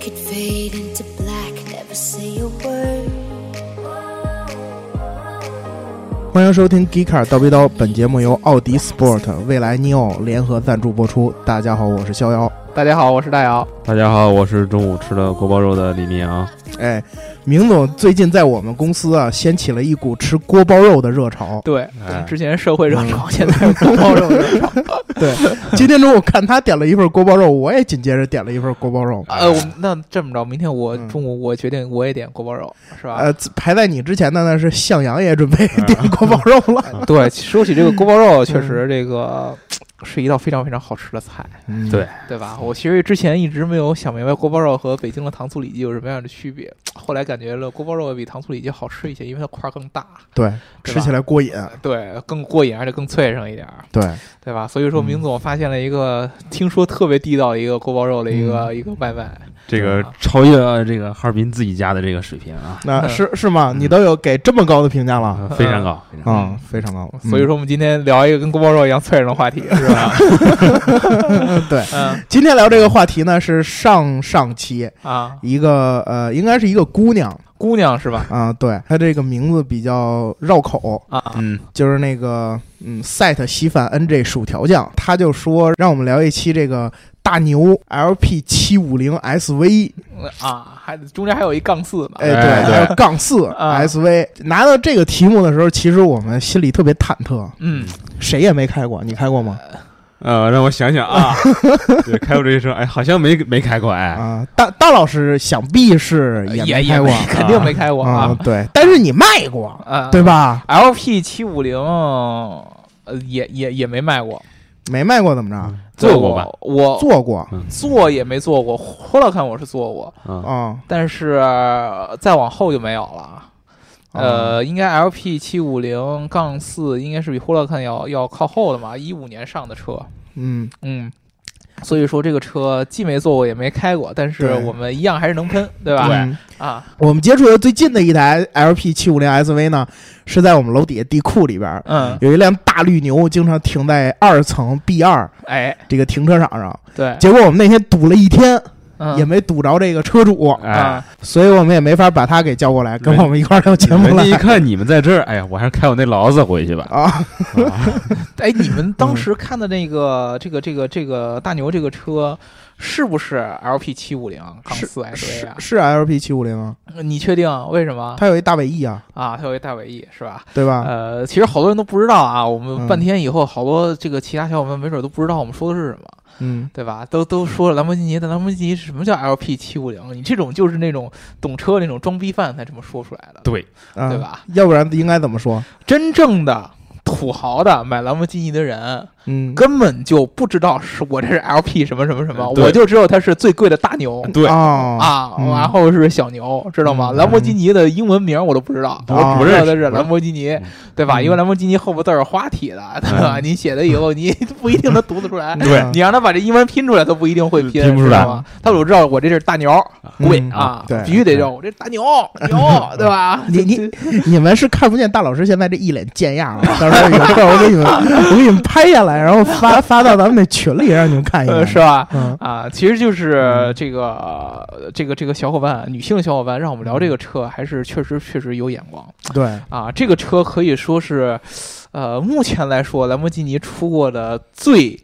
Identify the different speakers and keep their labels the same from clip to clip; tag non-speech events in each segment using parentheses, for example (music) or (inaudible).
Speaker 1: could fade into black, never say a word.
Speaker 2: 欢迎收听《Geeker 叨逼叨》，本节目由奥迪 Sport、未来 neo 联合赞助播出。大家好，我是逍遥。
Speaker 3: 大家好，我是大姚。
Speaker 4: 大家好，我是中午吃了锅包肉的李明阳。
Speaker 2: 哎，明总最近在我们公司啊，掀起了一股吃锅包肉的热
Speaker 3: (laughs)
Speaker 2: 潮。
Speaker 3: 对，
Speaker 4: 哎
Speaker 3: 之前社会热潮，现在是锅包肉热潮。
Speaker 2: 对，今天中午看他点了一份锅包肉，我也紧接着点了一份锅包肉。
Speaker 3: 呃，我们那这么着，明天我
Speaker 2: 嗯
Speaker 3: 中午我决定我也点锅包肉，是吧？
Speaker 2: 呃，排在你之前的呢是向阳也准备点锅包肉
Speaker 3: (laughs)
Speaker 2: 了。
Speaker 3: 对，说起这个锅包肉，确实这个是一道非常非常好吃的菜，
Speaker 2: 嗯
Speaker 4: 对
Speaker 3: 对吧？我其实之前一直没有想明白锅包肉和北京的糖醋里脊有什么样的区别，后来感觉了锅包肉比糖醋里脊好吃一些，因为它块儿更大，
Speaker 2: 对，
Speaker 3: 对
Speaker 2: 吃
Speaker 3: 吧
Speaker 2: 起来过瘾。
Speaker 3: 对，更过瘾，而且更脆上一点儿。
Speaker 2: 对，
Speaker 3: 对吧？所以说，明总发现了一个、听说特别地道的一个锅包肉的一个、一个外卖，
Speaker 4: 这个超越了这个哈尔滨自己家的这个水平啊，
Speaker 3: 嗯
Speaker 2: 那是是吗？你都有给这么高的评价了
Speaker 4: 非常高，非常高。
Speaker 2: 啊，非常高。
Speaker 3: 嗯所以说我们今天聊一个跟锅包肉一样脆弱的话题，是吧？
Speaker 2: 嗯， (laughs) 对，
Speaker 3: 嗯
Speaker 2: 今天聊这个话题呢是上上期。
Speaker 3: 啊，
Speaker 2: 一个呃，应该是一个姑娘
Speaker 3: 姑娘是吧？
Speaker 2: 啊、对，她这个名字比较绕口，
Speaker 3: 啊，
Speaker 4: 嗯，
Speaker 2: 就是那个嗯，Set 稀饭 NJ 薯条酱，她就说让我们聊一期这个大牛 LP 七五零 SV，
Speaker 3: 啊，还中间还有一杠四呢。
Speaker 2: 哎，
Speaker 4: 哎
Speaker 2: 对，
Speaker 4: 对
Speaker 2: 还有杠四
Speaker 3: 啊
Speaker 2: SV。拿到这个题目的时候，其实我们心里特别忐忑，
Speaker 3: 嗯，
Speaker 2: 谁也没开过，你开过吗？
Speaker 4: 呃，让我想想啊，对，开过这一车，哎，好像没没开过，哎，
Speaker 2: 啊、大大老师想必是
Speaker 3: 也
Speaker 2: 没开过
Speaker 3: 没肯定没开过
Speaker 2: 啊、
Speaker 3: 啊，
Speaker 2: 对，但是你卖过，
Speaker 3: 嗯啊，
Speaker 2: 对吧？
Speaker 3: ？LP 七五零，呃，也也也没卖过，
Speaker 2: 没卖过怎么着？
Speaker 4: 做过吧？
Speaker 3: 我
Speaker 2: 做过
Speaker 3: 做也没做过，霍勒看我是做过，
Speaker 2: 啊。
Speaker 4: 啊，
Speaker 3: 但是呃再往后就没有了。
Speaker 2: 啊
Speaker 3: 呃，应该 LP 七五零杠四应该是比呼乐看要要靠后的嘛，一五年上的车，
Speaker 2: 嗯，
Speaker 3: 嗯，所以说这个车既没坐过也没开过，但是
Speaker 2: 对
Speaker 3: 我们一样还是能喷，对吧？
Speaker 2: 嗯
Speaker 3: 啊，
Speaker 2: 我们接触的最近的一台 LP 七五零 SV 呢，是在我们楼底下地库里边儿，
Speaker 3: 嗯，
Speaker 2: 有一辆大绿牛，经常停在二层 B 二
Speaker 3: 哎，
Speaker 2: 这个停车场上。
Speaker 3: 对，
Speaker 2: 结果我们那天堵了一天，
Speaker 3: 嗯啊
Speaker 2: 也没堵着这个车主，
Speaker 4: 哎，
Speaker 2: 所以我们也没法把他给叫过来，跟我们一块儿聊节目
Speaker 4: 人家
Speaker 2: 了
Speaker 4: 一看你们在这儿，哎呀，我还是开我那劳斯回去吧。
Speaker 2: 啊。
Speaker 4: 啊
Speaker 3: 哎，你们当时看的那个、这个这个这个大牛这个车。是不是 LP 七五零杠
Speaker 2: 是
Speaker 3: 四 SV
Speaker 2: 是
Speaker 3: 啊？
Speaker 2: 是 LP 七五零啊，
Speaker 3: 你确定？为什么
Speaker 2: 它有一大尾翼啊，
Speaker 3: 啊？它有一大尾翼是吧？
Speaker 2: 对吧？
Speaker 3: 呃，其实好多人都不知道啊，我
Speaker 2: 嗯
Speaker 3: 们半天以后，好多这个其他小伙伴没准都不知道我们说的是什么，
Speaker 2: 嗯，
Speaker 3: 对吧？都都说了兰博基尼，但兰博基尼什么叫 LP 七五零？你这种就是那种懂车那种装逼犯才这么说出来的。
Speaker 4: 对，
Speaker 2: 啊
Speaker 3: 对吧？
Speaker 2: 要不然应该怎么说？
Speaker 3: 真正的土豪的买兰博基尼的人，
Speaker 2: 嗯，
Speaker 3: 根本就不知道是我这是 LP 什么什么什么，
Speaker 4: 对
Speaker 3: 我就知道它是最贵的大牛。
Speaker 4: 对
Speaker 2: 哦
Speaker 3: 啊，
Speaker 2: 嗯
Speaker 3: 然后是小牛，知道吗？
Speaker 2: 嗯
Speaker 3: 兰博基尼的英文名我都不知道，
Speaker 2: 不
Speaker 3: 我
Speaker 2: 不
Speaker 3: 只知道
Speaker 4: 认
Speaker 3: 它是
Speaker 4: 识嗯不
Speaker 3: 兰博基尼
Speaker 4: 嗯，
Speaker 3: 对吧？
Speaker 2: 嗯
Speaker 3: 因为兰博基尼后边字儿是花体的，对吧？你写了以后，你 (laughs) 不一定能读得出来。 (laughs)
Speaker 4: 对
Speaker 2: 嗯
Speaker 3: 你让他把这英文拼出来，他不一定会拼，
Speaker 4: 拼不出
Speaker 3: 知
Speaker 4: 来
Speaker 3: 道吗？他只知道我这是大牛，贵
Speaker 2: 嗯
Speaker 3: 啊，
Speaker 2: 对
Speaker 3: 必须得叫我这是大牛牛，对吧？
Speaker 2: 你你
Speaker 3: (laughs)
Speaker 2: (laughs) 你们是看不见大老师现在这一脸贱样了， (laughs) 到时候有空我给你们， (laughs) 我给你们拍下来，然后发发到咱们那群里，让你们看一
Speaker 3: 呃
Speaker 2: 看。
Speaker 3: 是吧？
Speaker 2: 嗯
Speaker 3: 啊，其实就是
Speaker 2: 嗯
Speaker 3: 这个、呃这个这个小伙伴，女性的小伙伴，让我们聊
Speaker 2: 嗯
Speaker 3: 这个车，还是确实确实有眼光。
Speaker 2: 对，
Speaker 3: 啊，这个车可以说是，呃，目前来说，兰博基尼出过的最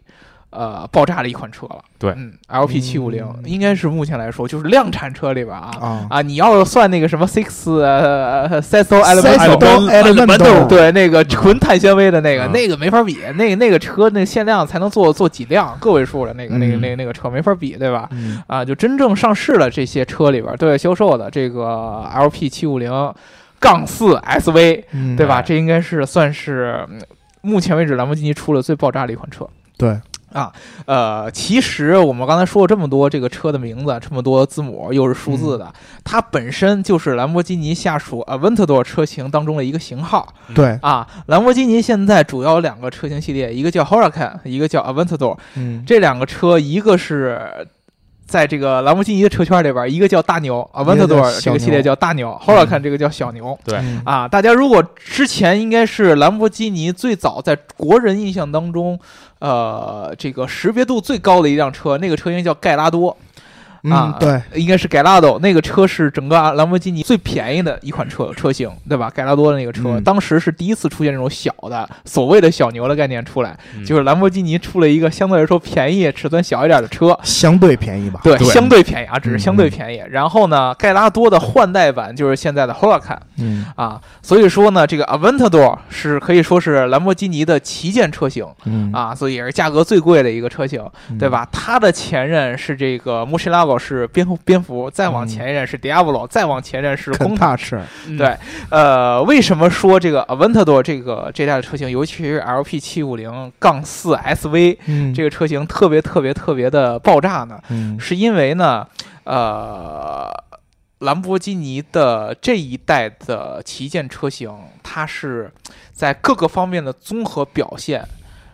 Speaker 3: 呃爆炸的一款车了。
Speaker 4: 对
Speaker 3: 嗯，LP 七五零
Speaker 2: 嗯
Speaker 3: 应该是目前来说就是量产车里边啊。
Speaker 2: 啊，
Speaker 3: 啊，你要是算那个什么 Six 呃 s e s o
Speaker 2: Sesto
Speaker 3: Elemento，
Speaker 2: Elemento
Speaker 3: 对那个纯碳纤维的那个，
Speaker 4: 嗯
Speaker 3: 那个没法比，那个那个车那限量才能做做几辆个位数的那个那个
Speaker 2: 嗯
Speaker 3: 那个那个车没法比，对吧？
Speaker 2: 嗯
Speaker 3: 啊，就真正上市了这些车里边儿对外销售的这个 LP 七五零杠四 SV，
Speaker 2: 嗯，
Speaker 3: 对吧？这应该是算是嗯目前为止兰博基尼出了最爆炸的一款车。
Speaker 2: 对，
Speaker 3: 呃，其实我们刚才说了这么多这个车的名字，这么多字母又是数字的，
Speaker 2: 嗯
Speaker 3: 它本身就是兰博基尼下属呃 Aventador 车型当中的一个型号
Speaker 2: 对，
Speaker 3: 啊。兰博基尼现在主要有两个车型系列，一个叫 Huracan，一个叫 Aventador。
Speaker 2: 嗯，
Speaker 3: 这两个车，一个是在这个兰博基尼的车圈里边，一个叫大牛
Speaker 2: 一个叫
Speaker 3: ，Aventador
Speaker 2: 小
Speaker 3: 这
Speaker 2: 牛
Speaker 3: 个系列叫大牛，Huracan 这个叫小牛。
Speaker 4: 对
Speaker 2: 嗯
Speaker 3: 啊，大家如果之前应该是兰博基尼最早在国人印象当中，呃，这个识别度最高的一辆车，那个车应该叫盖拉多。
Speaker 2: 嗯，
Speaker 3: 啊
Speaker 2: 对，
Speaker 3: 应该是盖拉多那个车是整个兰博基尼最便宜的一款车车型，对吧？盖拉多的那个车，
Speaker 2: 嗯
Speaker 3: 当时是第一次出现这种小的所谓的小牛的概念出来，
Speaker 4: 嗯
Speaker 3: 就是兰博基尼出了一个相对来说便宜、尺寸小一点的车。
Speaker 2: 相对便宜吧。
Speaker 3: 对，
Speaker 4: 对
Speaker 3: 相对便宜啊，只是
Speaker 2: 嗯
Speaker 3: 相对便宜。然后呢，盖拉多的换代版就是现在的 Huracan
Speaker 2: 嗯
Speaker 3: 啊，所以说呢，这个 Aventador 是可以说是兰博基尼的旗舰车型
Speaker 2: 嗯，
Speaker 3: 啊，所以也是价格最贵的一个车型。
Speaker 2: 嗯
Speaker 3: 对？吧？他的前任是这个穆什拉狗是蝙蝠，蝙蝠，再往前一任是 Diablo，再往前一任是
Speaker 2: 嗯肯
Speaker 3: 公塔。
Speaker 2: 塔是，
Speaker 4: 嗯
Speaker 3: 对呃，为什么说这个 Aventador 这个这代的车型，尤其是 LP 七五零杠四 SV
Speaker 2: 嗯，
Speaker 3: 这个车型特别特别特别的爆炸呢？
Speaker 2: 嗯
Speaker 3: 是因为呢，呃，兰博基尼的这一代的旗舰车型，它是在各个方面的综合表现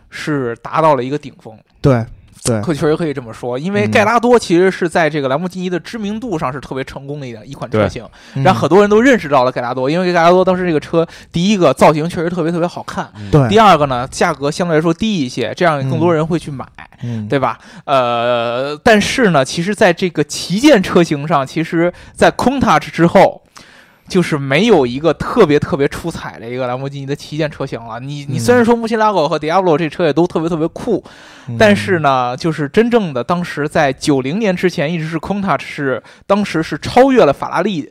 Speaker 3: 是达到了一个顶峰。
Speaker 2: 对对，
Speaker 3: 可确实可以这么说，因为
Speaker 2: 嗯
Speaker 3: 盖拉多其实是在这个兰博基尼的知名度上是特别成功的一一款车
Speaker 4: 对
Speaker 3: 型，
Speaker 2: 嗯
Speaker 3: 让很多人都认识到了盖拉多，因为盖拉多当时这个车，第一个造型确实特别特别好看，第
Speaker 2: 对，
Speaker 3: 二个呢价格相对来说低一些，这样更多人会去买，
Speaker 2: 嗯
Speaker 3: 对吧？呃，但是呢，其实在这个旗舰车型上，其实在 Countach 之后。就是没有一个特别特别出彩的一个兰博基尼的旗舰车型了。你你
Speaker 2: 嗯
Speaker 3: 虽然说穆辛拉狗和 Diablo 这车也都特别特别酷，
Speaker 2: 嗯
Speaker 3: 但是呢，就是真正的当时在九零年之前，一直是 Countach 是当时是超越了法拉利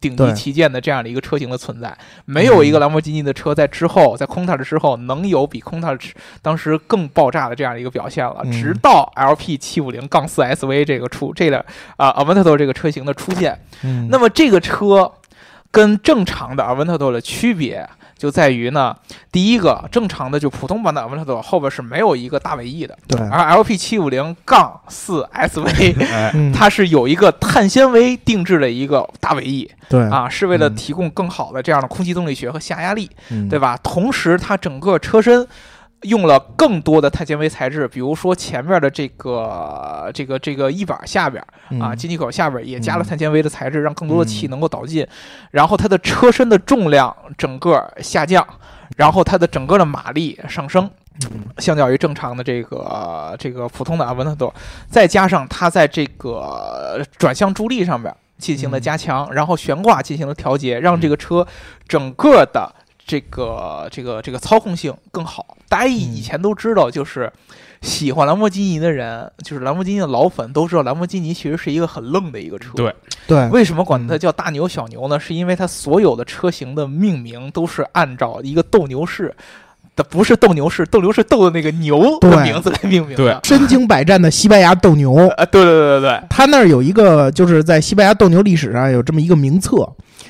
Speaker 3: 顶级
Speaker 2: 对嗯
Speaker 3: 旗舰的这样的一个车型的存在，没有一个兰博基尼的车在之后，在 Countach 之后能有比 Countach 当时更爆炸的这样的一个表现了，
Speaker 2: 嗯
Speaker 3: 直到 LP 七五零杠四 SV 这个出这个啊 Aventador 这个车型的出现，
Speaker 2: 嗯
Speaker 3: 那么这个车跟正常的 Aventador 的区别。就在于呢，第一个正常的就普通版的 Aventador 后边是没有一个大尾翼的，
Speaker 2: 对，
Speaker 3: 而 LP 七五零杠四 SV，
Speaker 4: 哎，
Speaker 2: (laughs) 嗯
Speaker 3: 它是有一个碳纤维定制的一个大尾翼
Speaker 2: 对，
Speaker 3: 啊，是为了
Speaker 2: 嗯
Speaker 3: 提供更好的这样的空气动力学和下压力，
Speaker 2: 嗯
Speaker 3: 对吧？同时，它整个车身。用了更多的碳纤维材质，比如说前面的这个这个这个翼板下边啊，进气口下边也加了
Speaker 2: 嗯
Speaker 3: 碳纤维的材质，让更多的气
Speaker 2: 嗯
Speaker 3: 能够导进。然后它的车身的重量整个下降，然后它的整个的马力上升。
Speaker 2: 嗯
Speaker 3: 相较于正常的这个这个普通的阿文特多，再加上它在这个呃转向助力上面进行了加强，然后悬挂进行了调节，让这个车整个的这个这个这个操控性更好。大家以
Speaker 2: 嗯
Speaker 3: 以前都知道，就是喜欢兰博基尼的人，就是兰博基尼的老粉都知道，兰博基尼其实是一个很愣的一个车。
Speaker 4: 对
Speaker 2: 对，
Speaker 3: 为什么管它叫大牛小牛呢？是因为它所有的车型的命名都是按照一个斗牛士的，不是斗牛士，斗牛士斗的那个牛的
Speaker 2: 对
Speaker 3: 名字来命名的。
Speaker 4: 对
Speaker 2: 身经百战的西班牙斗牛，
Speaker 3: 啊，对对对对对，
Speaker 2: 他那儿有一个，就是在西班牙斗牛历史上有这么一个名册，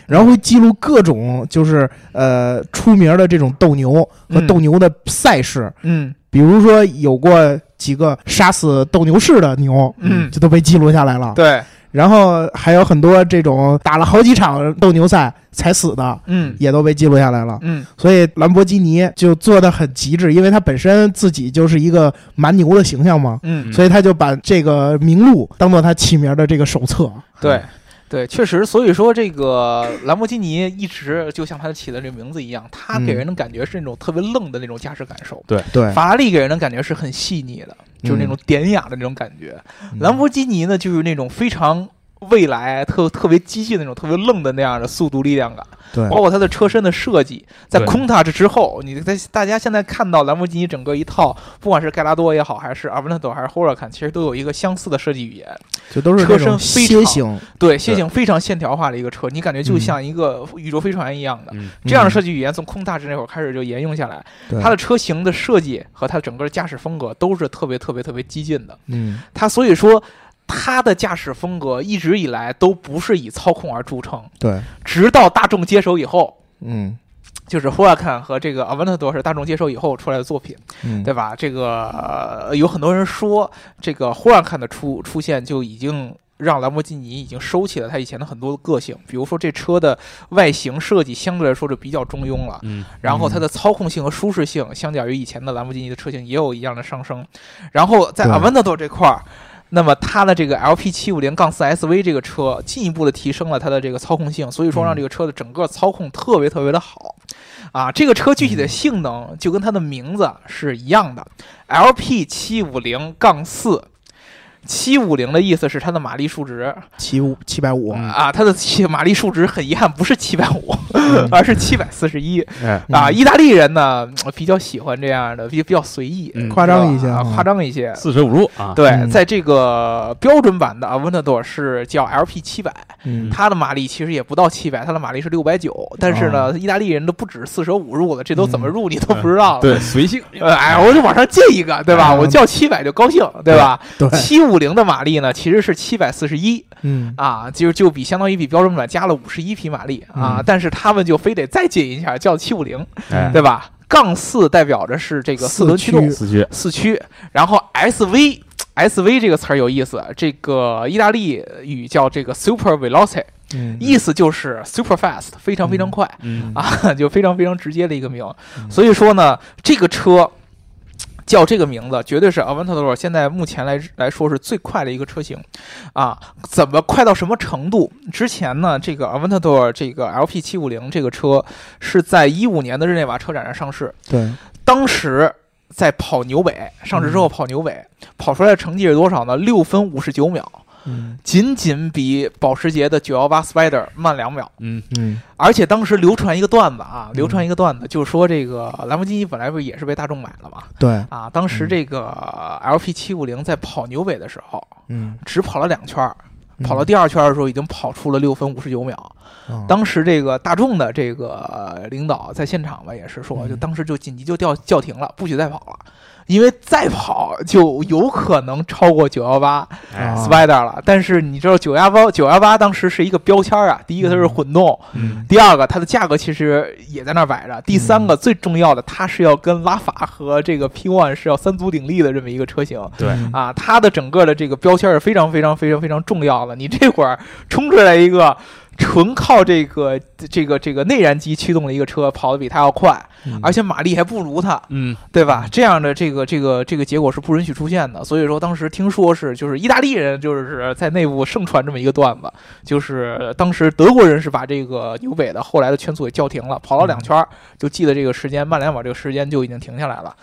Speaker 2: 然后会记录各种就是呃出名的这种斗牛和
Speaker 3: 嗯
Speaker 2: 斗牛的赛事，
Speaker 3: 嗯
Speaker 2: 比如说有过几个杀死斗牛士的牛，
Speaker 3: 嗯
Speaker 2: 这都被记录下来了。
Speaker 3: 对，
Speaker 2: 然后还有很多这种打了好几场斗牛赛才死的，
Speaker 3: 嗯
Speaker 2: 也都被记录下来了。
Speaker 3: 嗯
Speaker 2: 所以兰博基尼就做的很极致，因为他本身自己就是一个蛮牛的形象嘛，
Speaker 3: 嗯，
Speaker 2: 所以他就把这个名录当做他起名的这个手册。
Speaker 3: 对。对，确实，所以说这个兰博基尼一直就像它起的这个名字一样，它给人的感觉是那种特别愣的那种驾驶感受。
Speaker 2: 对，
Speaker 3: 法拉利给人的感觉是很细腻的，就是那种典雅的那种感觉。兰博基尼呢，就是那种非常未来、特特别激进的那种、特别愣的那样的速度力量感，
Speaker 2: 对
Speaker 3: 包括它的车身的设计，在
Speaker 4: 对
Speaker 3: Countach 之后，你在大家现在看到兰博基尼整个一套，不管是盖拉多也好，还是阿文特多还是 Huracan，其实都有一个相似的设计语言。
Speaker 2: 就都是那种
Speaker 3: 车身非
Speaker 2: 楔形，
Speaker 3: 对，楔形非常线条化的一个车，你感觉就
Speaker 2: 嗯
Speaker 3: 像一个宇宙飞船一样的。
Speaker 4: 嗯
Speaker 3: 这样的设计语言从 Countach 那会儿开始就沿用下来，
Speaker 2: 嗯对
Speaker 3: 它的车型的设计和它整个驾驶风格都是特别特别特别激进的。
Speaker 2: 嗯
Speaker 3: 他所以说他的驾驶风格一直以来都不是以操控而著称，
Speaker 2: 对
Speaker 3: 直到大众接手以后。
Speaker 2: 嗯
Speaker 3: 就是 Huracan 和这个 Aventador 是大众接手以后出来的作品，
Speaker 2: 嗯
Speaker 3: 对吧？这个、呃有很多人说，这个 Huracan 的出出现就已经让兰博基尼已经收起了它以前的很多的个性，比如说这车的外形设计相对来说就比较中庸了，
Speaker 4: 嗯
Speaker 3: 然后它的操控性和舒适性，相较于以前的兰博基尼的车型也有一样的上升。然后在
Speaker 2: 对
Speaker 3: Aventador 这块儿，那么它的这个 LP 七五零杠四 SV 这个车进一步的提升了它的这个操控性，所以说让
Speaker 2: 嗯
Speaker 3: 这个车的整个操控特别特别的好。啊，这个车具体
Speaker 2: 嗯
Speaker 3: 的性能就跟它的名字是一样的，LP 七五零杠四。七五零的意思是它的马力数值
Speaker 2: 七五七百五，
Speaker 3: 啊，它的七马力数值很遗憾不是七百
Speaker 2: (laughs)
Speaker 3: 五，
Speaker 2: 嗯
Speaker 3: 而是七百四十一
Speaker 4: 哎，
Speaker 3: 啊。
Speaker 2: 嗯
Speaker 3: 意大利人呢比较喜欢这样的，比比较随意，
Speaker 4: 嗯
Speaker 2: 夸张一些
Speaker 3: 啊
Speaker 2: 嗯
Speaker 3: 夸张一些。
Speaker 4: 四舍五入啊，
Speaker 3: 对，
Speaker 2: 嗯
Speaker 3: 在这个标准版的 Aventador 是叫 LP 七百，
Speaker 2: 嗯哦
Speaker 3: 它的马力其实也不到七百，它的马力是六百九。但是呢，意大利人都不止四舍五入了，这都
Speaker 2: 嗯
Speaker 3: 怎么入你都不知道了。
Speaker 4: 对，随性，
Speaker 3: (laughs) 呃，哎，我就往上进一个，对吧？
Speaker 2: 嗯
Speaker 3: 我叫七百就高兴，对吧？
Speaker 2: 对，
Speaker 3: (laughs) 七五零的马力呢，其实是七百四十一
Speaker 2: 嗯
Speaker 3: 啊，就就比相当于比标准版加了五十一匹马力啊
Speaker 2: 嗯，
Speaker 3: 但是他们就非得再进一下，叫七五零，
Speaker 4: 哎，
Speaker 3: 对吧？杠四代表着是这个四轮驱动，
Speaker 4: 四驱，
Speaker 3: 四驱，然后 SV。SV 这个词儿有意思，这个意大利语叫这个 super velocity，
Speaker 2: 嗯
Speaker 3: 意思就是 super fast，非常非常快、 (laughs)
Speaker 4: 嗯
Speaker 3: 啊，就非常非常直接的一个名。
Speaker 2: 嗯
Speaker 3: 所以说呢，这个车叫这个名字，绝对是 Aventador 现在目前来来说是最快的一个车型啊。怎么快到什么程度？之前呢，这个 Aventador 这个 LP 七五零这个车是在一五年的日内瓦车展上上市，
Speaker 2: 对，
Speaker 3: 当时在跑纽北，上市之后跑纽北，跑出来的成绩是多少呢？六分五十九秒，
Speaker 2: 嗯
Speaker 3: 仅仅比保时捷的918 Spider 慢两秒。
Speaker 4: 嗯
Speaker 2: 嗯
Speaker 3: 而且当时流传一个段子啊，
Speaker 2: 嗯
Speaker 3: 流传一个段子，就是说这个兰博基尼本来不是也是被大众买了嘛？
Speaker 2: 对，
Speaker 3: 啊，当时
Speaker 2: 嗯
Speaker 3: 这个 LP 7 5 0在跑纽北的时候，
Speaker 2: 嗯
Speaker 3: 只跑了两圈儿，跑到第二圈儿的时候已经跑出了六分五十九秒。
Speaker 2: 嗯
Speaker 3: 当时这个大众的这个领导在现场吧，也是说，
Speaker 2: 嗯
Speaker 3: 就当时就紧急就叫叫停了，不许再跑了，因为再跑就有可能超过九幺八
Speaker 4: 哎，
Speaker 2: 啊
Speaker 3: Spider 了。但是你知道九幺八九幺八当时是一个标签儿啊，第一个它是混动，
Speaker 4: 嗯
Speaker 3: 第二个它的价格其实也在那儿摆着，第三个最重要的，它是要跟拉法和这个 P One 是要三足鼎立的这么一个车型。
Speaker 4: 对，
Speaker 2: 嗯
Speaker 3: 啊，它的整个的这个标签是非常非常非常非常重要的。你这会儿冲出来一个纯靠这个这个这个内燃机驱动的一个车，跑得比它要快，
Speaker 2: 嗯
Speaker 3: 而且马力还不如它，
Speaker 4: 嗯
Speaker 3: 对吧？这样的这个这个这个结果是不允许出现的。所以说，当时听说是就是意大利人就是在内部盛传这么一个段子，就是当时德国人是把这个纽北的后来的圈速给叫停了，跑了两圈儿就记得这个时间，曼联堡这个时间就已经停下来了。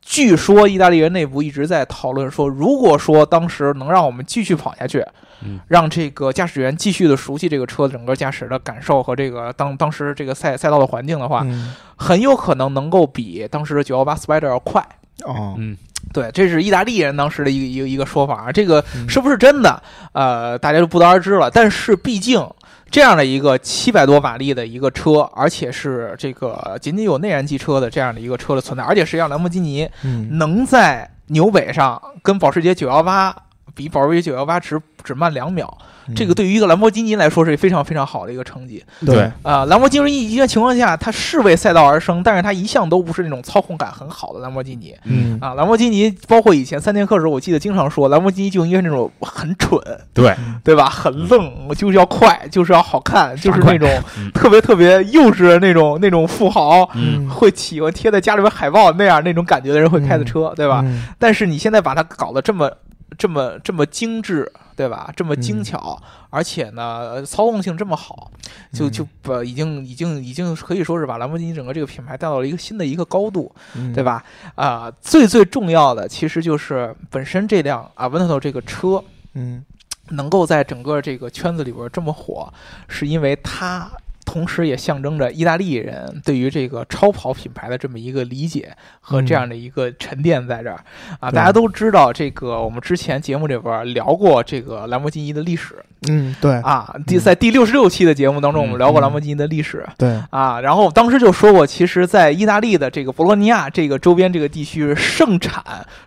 Speaker 3: 据说意大利人内部一直在讨论说，如果说当时能让我们继续跑下去，
Speaker 4: 嗯
Speaker 3: 让这个驾驶员继续的熟悉这个车整个驾驶的感受和这个当当时这个赛赛道的环境的话，
Speaker 2: 嗯
Speaker 3: 很有可能能够比当时的918 Spider 要快。
Speaker 2: 哦，
Speaker 4: 嗯，
Speaker 3: 对，这是意大利人当时的一个一个一个说法，啊这个
Speaker 2: 嗯
Speaker 3: 是不是真的？呃，大家就不得而知了。但是毕竟这样的一个七百多马力的一个车，而且是这个仅仅有内燃机车的这样的一个车的存在，而且实际上兰博基尼
Speaker 2: 嗯
Speaker 3: 能在纽北上跟保时捷918比，保时捷918只只慢两秒，这个对于一个兰博基尼来说是非常非常好的一个成绩。
Speaker 2: 嗯对，
Speaker 3: 啊，兰博基尼一般情况下，它是为赛道而生，但是它一向都不是那种操控感很好的兰博基尼。
Speaker 2: 嗯
Speaker 3: 啊，兰博基尼包括以前三剑客的时候，我记得经常说兰博基尼就应该是那种很蠢，
Speaker 4: 对，
Speaker 3: 对吧？很愣，就是要快，就是要好看，就是那种
Speaker 4: (laughs) 嗯
Speaker 3: 特别特别幼稚的那种那种富豪
Speaker 4: 嗯
Speaker 3: 会喜欢贴在家里边海报那样那种感觉的人会开的车，对
Speaker 2: 对
Speaker 3: 吧？？但是你现在把它搞得这么这么这么精致，对吧？这么精
Speaker 2: 嗯
Speaker 3: 巧，而且呢呃操控性这么好，就
Speaker 2: 嗯
Speaker 3: 就把已经已经已经可以说是把兰博基尼整个这个品牌带到了一个新的一个高度。
Speaker 2: 嗯
Speaker 3: 对？吧？啊、最最重要的其实就是本身这辆 Aventador 这个车
Speaker 2: 嗯
Speaker 3: 能够在整个这个圈子里边这么火，是因为它同时也象征着意大利人对于这个超跑品牌的这么一个理解和这样的一个沉淀在这儿、啊。
Speaker 2: 对
Speaker 3: 大家都知道，这个我们之前节目里边聊过这个兰博基尼的历史
Speaker 2: 嗯，对
Speaker 3: 啊，第在第六十六期的节目当中，
Speaker 4: 哎嗯
Speaker 3: 我们聊过兰博基尼的历史。
Speaker 2: 对，
Speaker 3: 啊，然后我当时就说过，其实，在意大利的这个博洛尼亚这个周边这个地区是盛产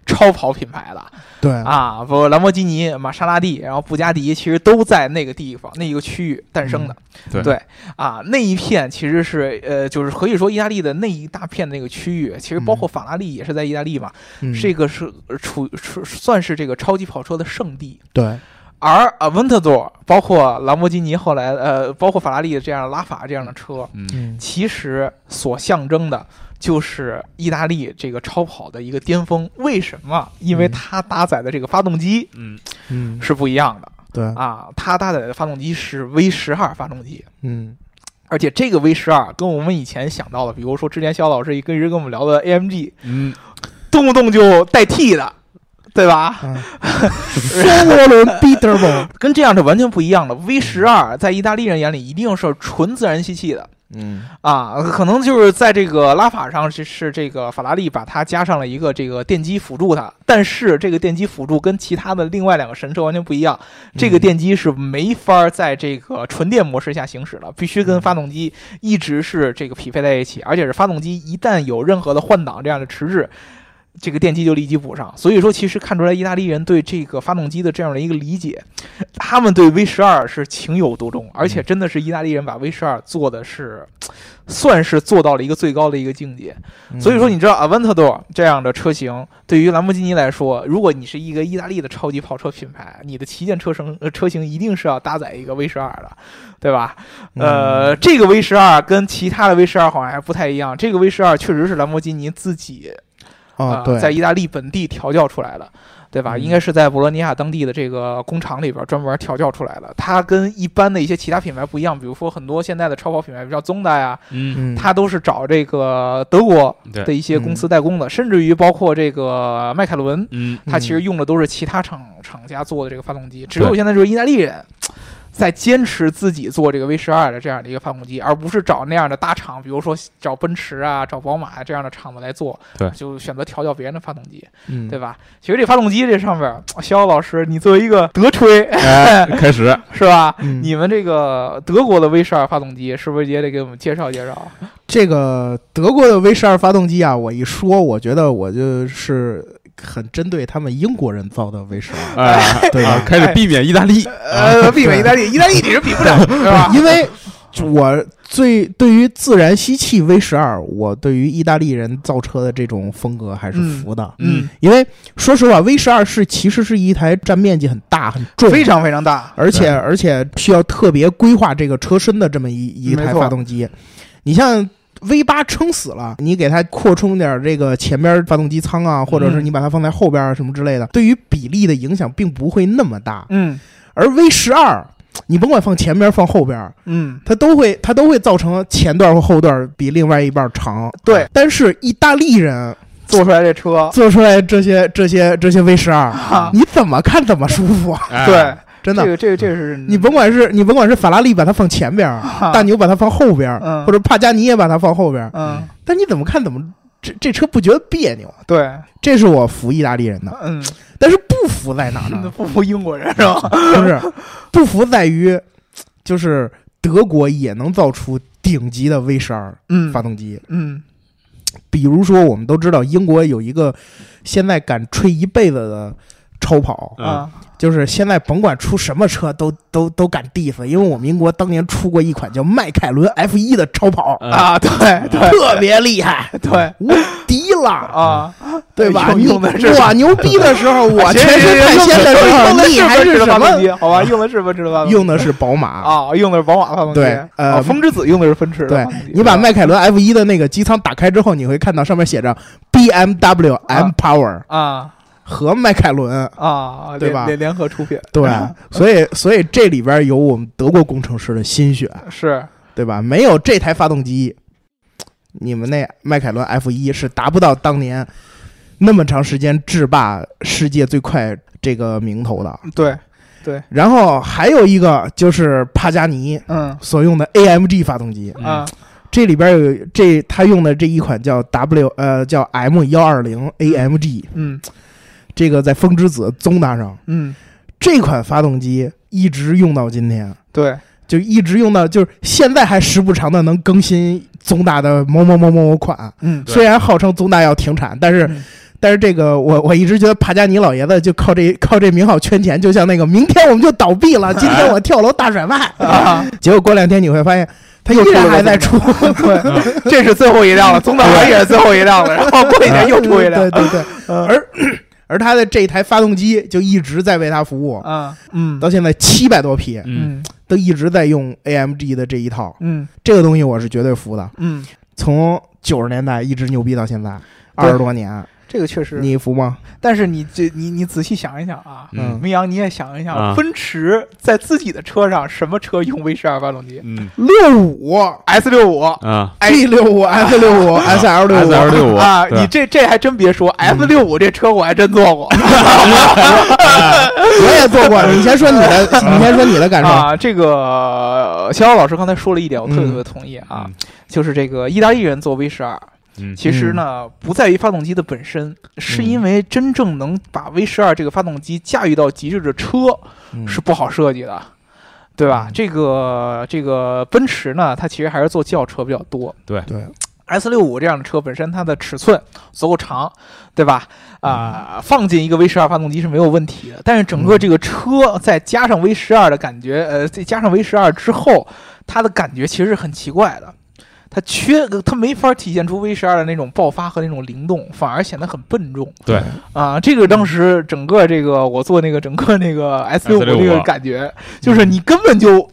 Speaker 3: 超跑品牌的
Speaker 2: 对，
Speaker 3: 啊，不，兰博基尼、玛莎拉蒂，然后布加迪，其实都在那个地方、那个区域诞生的。
Speaker 2: 嗯
Speaker 4: 对
Speaker 3: 对啊，那一片其实是呃，就是可以说意大利的那一大片那个区域，其实包括法拉利也是在意大利嘛，
Speaker 2: 嗯
Speaker 3: 这个是处处算是这个超级跑车的圣地。
Speaker 2: 对，
Speaker 3: 而 Aventador，包括兰博基尼后来呃，包括法拉利这样拉法这样的车，
Speaker 4: 嗯
Speaker 2: 嗯
Speaker 3: 其实所象征的就是意大利这个超跑的一个巅峰。为什么？因为
Speaker 2: 嗯
Speaker 3: 它搭载的这个发动机
Speaker 4: 嗯
Speaker 2: 嗯，
Speaker 3: 是不一样的
Speaker 2: 对，
Speaker 3: 啊，它搭载的发动机是 V 十二发动机。
Speaker 2: 嗯
Speaker 3: 而且这个 V 十二跟我们以前想到的，比如说之前肖老师一跟一直跟我们聊的 AMG，
Speaker 4: 嗯，
Speaker 3: 动不动就代替的，对吧？
Speaker 2: 嗯 (laughs) 双涡
Speaker 3: (laughs)
Speaker 2: 轮 beatable，
Speaker 3: 跟这样是完全不一样的。V 十二在意大利人眼里一定是纯自然吸气的
Speaker 4: 嗯，
Speaker 3: 啊，可能就是在这个拉法上是是这个法拉利把它加上了一个这个电机辅助它，但是这个电机辅助跟其他的另外两个神车完全不一样，这个电机是没法在这个纯电模式下行驶的，必须跟发动机一直是这个匹配在一起，而且是发动机一旦有任何的换挡这样的迟滞，这个电机就立即补上。所以说，其实看出来意大利人对这个发动机的这样的一个理解，他们对 V 十二是情有独钟，而且真的是意大利人把 V 十二做的是，算是做到了一个最高的一个境界。
Speaker 2: 嗯
Speaker 3: 所以说，你知道 Aventador 这样的车型，对于兰博基尼来说，如果你是一个意大利的超级跑车品牌，你的旗舰车型呃车型一定是要搭载一个 V 十二的，对吧？呃，这个 V 十二跟其他的 V 十二好像还不太一样，这个 V 十二确实是兰博基尼自己
Speaker 2: 啊
Speaker 3: 啊、，
Speaker 2: 对，
Speaker 3: 在意大利本地调教出来的，对吧？
Speaker 2: 嗯
Speaker 3: 应该是在博罗尼亚当地的这个工厂里边专门调教出来的。它跟一般的一些其他品牌不一样，比如说很多现在的超跑品牌，比如像 Zonda 呀，
Speaker 4: 嗯，
Speaker 2: 嗯，
Speaker 3: 它都是找这个德国
Speaker 4: 对
Speaker 3: 的一些公司代工的，甚至于包括这个迈凯伦，
Speaker 4: 嗯，
Speaker 3: 它其实用的都是其他厂厂家做的这个发动机，只有现在就是意大利人。在坚持自己做这个 V 十二的这样的一个发动机，而不是找那样的大厂，比如说找奔驰啊、找宝马啊这样的厂子来做，
Speaker 4: 对
Speaker 3: 就选择调教别人的发动机，
Speaker 2: 嗯
Speaker 3: 对吧？其实这发动机这上面，肖老师，你作为一个德吹
Speaker 4: 哎，开始，
Speaker 3: 是吧？
Speaker 2: 嗯
Speaker 3: 你们这个德国的 V 十二发动机是不是也得给我们介绍介绍？
Speaker 2: 这个德国的 V 十二发动机啊，我一说，我觉得我就是很针对他们英国人造的 V 十二，
Speaker 4: 哎，
Speaker 2: 对吧
Speaker 4: 啊开始避免意大利，
Speaker 3: (laughs) 呃，避免意大利，意大利你是比不了，是吧？
Speaker 2: 因为我最对于自然吸气 V 十二，我对于意大利人造车的这种风格还是服的。
Speaker 3: 嗯，
Speaker 2: 因为说实话，V 十二是其实是一台占面积很大、很重，
Speaker 3: 非常非常大，
Speaker 2: 而且
Speaker 4: 对
Speaker 2: 而且需要特别规划这个车身的这么一一
Speaker 3: 没
Speaker 2: 台
Speaker 3: 错
Speaker 2: 发动机。你像 V 八撑死了，你给它扩充点儿这个前边发动机舱啊，或者是
Speaker 3: 嗯
Speaker 2: 你把它放在后边啊什么之类的，对于比例的影响并不会那么大。
Speaker 3: 嗯
Speaker 2: 而 V 十二，你甭管放前边放后边，
Speaker 3: 嗯，
Speaker 2: 它都会它都会造成前段或后段比另外一半长。
Speaker 3: 对，
Speaker 2: 但是意大利人
Speaker 3: 做出来这车，
Speaker 2: 做出来这些这些这些 V 十二，
Speaker 3: 啊
Speaker 2: 你怎么看怎么舒服，啊
Speaker 4: 哎
Speaker 3: 对，，
Speaker 2: 真的
Speaker 3: 这。个这个这个是
Speaker 2: 你甭管是你甭管是法拉利把它放前边儿，
Speaker 3: 嗯啊
Speaker 2: 大牛把它放后边儿，
Speaker 3: 嗯
Speaker 2: 或者帕加尼也把它放后边儿，
Speaker 3: 嗯，
Speaker 2: 但你怎么看怎么这这车不觉得别扭，啊
Speaker 3: 对，
Speaker 2: 这是我服意大利人的，
Speaker 3: 嗯，
Speaker 2: 但是不服在哪儿呢？
Speaker 3: 不服英国人是吧？
Speaker 2: 就是不服在于，就是德国也能造出顶级的 V 十二
Speaker 3: 嗯
Speaker 2: 发动机，
Speaker 3: 嗯
Speaker 2: 比如说我们都知道英国有一个现在敢吹一辈子的超跑，
Speaker 4: 嗯，
Speaker 3: 啊，
Speaker 2: 就是现在甭管出什么车都都都敢 diss，因为我们英国当年出过一款叫迈凯伦 F 一的超跑，
Speaker 4: 嗯
Speaker 3: 啊，对对
Speaker 2: 特别厉
Speaker 3: (laughs)
Speaker 2: 害，
Speaker 3: 对
Speaker 2: 无敌了，
Speaker 3: 啊，
Speaker 2: 对吧？
Speaker 3: 用
Speaker 2: 你
Speaker 3: 用的是
Speaker 2: 我牛逼
Speaker 3: (laughs)
Speaker 2: 的时候，我
Speaker 3: 哎行
Speaker 2: 全身太
Speaker 3: 行行
Speaker 2: 鲜的时
Speaker 3: 用
Speaker 2: 候，
Speaker 3: 的
Speaker 2: 你
Speaker 3: 是
Speaker 2: 还
Speaker 3: 奔驰
Speaker 2: 是
Speaker 3: 的
Speaker 2: 什
Speaker 3: 发动
Speaker 2: 么？
Speaker 3: 机？好吧，用的是奔驰的发动机，
Speaker 2: 用的是宝马。
Speaker 3: 嗯啊，用的是宝马发动机，
Speaker 2: 对呃
Speaker 3: 啊风之子用的是奔驰的
Speaker 2: 对
Speaker 3: 发动机，
Speaker 2: 你把迈凯伦 F 一的那个机舱打开之后，你会看到上面写着 BMW M Power
Speaker 3: 啊
Speaker 2: 和迈凯伦。
Speaker 3: 啊，
Speaker 2: 对吧
Speaker 3: 联联合出品 (laughs)
Speaker 2: 对，所以所以这里边有我们德国工程师的心血，
Speaker 3: 是
Speaker 2: 对吧？没有这台发动机，你们那迈凯伦 F 一是达不到当年那么长时间制霸世界最快这个名头的。
Speaker 3: 对，
Speaker 2: 然后还有一个就是帕加尼
Speaker 3: 嗯
Speaker 2: 所用的 AMG 发动机，
Speaker 4: 嗯
Speaker 3: 啊
Speaker 2: 这里边有这他用的这一款叫 W 呃叫 M 幺二零 AMG，
Speaker 3: 嗯
Speaker 2: 这个在风之子宗达上
Speaker 3: 嗯，
Speaker 2: 这款发动机一直用到今天。
Speaker 3: 对，
Speaker 2: 就一直用到，就是现在还时不常的能更新宗大的某某某某某款。
Speaker 3: 嗯
Speaker 4: 对
Speaker 2: 虽然号称宗大要停产，但是、
Speaker 3: 嗯
Speaker 2: 但是这个我我一直觉得帕加尼老爷子就靠这靠这名号圈钱，就像那个明天我们就倒闭
Speaker 3: (laughs)
Speaker 2: 了，今天我跳楼大甩卖，
Speaker 3: 啊，
Speaker 2: 结果过两天你会发现他依
Speaker 3: 又出了
Speaker 2: 然
Speaker 3: 个
Speaker 2: 还在出
Speaker 3: 宗，
Speaker 4: 哎
Speaker 3: 对，这是最后一辆了，宗导航也是最后一辆了，然后过几天啊又出一辆
Speaker 2: (laughs) 对，对对，而而他的这台发动机就一直在为他服务，
Speaker 3: 啊，嗯
Speaker 2: 到现在七百多匹
Speaker 4: 嗯，
Speaker 3: 嗯
Speaker 2: 都一直在用 AMG 的这一套，
Speaker 3: 嗯
Speaker 2: 这个东西我是绝对服的。
Speaker 3: 嗯，
Speaker 2: 从九十年代一直牛逼到现在，
Speaker 3: 对
Speaker 2: 二十多年，
Speaker 3: 这个确实。
Speaker 2: 你服吗？
Speaker 3: 但是你这你你仔细想一想啊，
Speaker 2: 嗯
Speaker 3: 明阳你也想一想，
Speaker 4: 啊
Speaker 3: 奔驰在自己的车上什么车用 V 十二发动机
Speaker 4: 嗯
Speaker 2: 六五
Speaker 3: ？S 六五
Speaker 4: 啊
Speaker 3: 哎
Speaker 2: G 六五 S 六
Speaker 3: (laughs)
Speaker 2: 五 S L 六
Speaker 4: ，S L
Speaker 2: 五，
Speaker 4: 六五
Speaker 3: 啊，你这这还真别说，S 六五这车我还真坐 (laughs) 过
Speaker 2: 我也做过。你先说你
Speaker 3: (laughs)
Speaker 2: 的，你先说你的感受。
Speaker 3: 啊。这个呃小小老师刚才说了一点，我特别特别同意啊，就是这个意大利人做 V 十二，
Speaker 4: 嗯
Speaker 3: 其实呢，不在于发动机的本身，是因为真正能把 V 十二这个发动机驾驭到极致的车是不好设计的，对吧？
Speaker 2: 嗯
Speaker 3: 这个这个奔驰呢，它其实还是做轿车比较多。
Speaker 2: 对，
Speaker 3: S 六五这样的车本身它的尺寸足够长，对吧？啊、放进一个 V 十二发动机是没有问题的。但是整个这个车再加上 V 十二的感觉，呃，再加上 V 十二之后，它的感觉其实是很奇怪的。它缺，它没法体现出 V 十二的那种爆发和那种灵动，反而显得很笨重
Speaker 4: 对
Speaker 3: 啊！这个当时整个这个我做那个整个那个 S 六五嗯
Speaker 4: S65
Speaker 3: 这个感觉，就是你根本就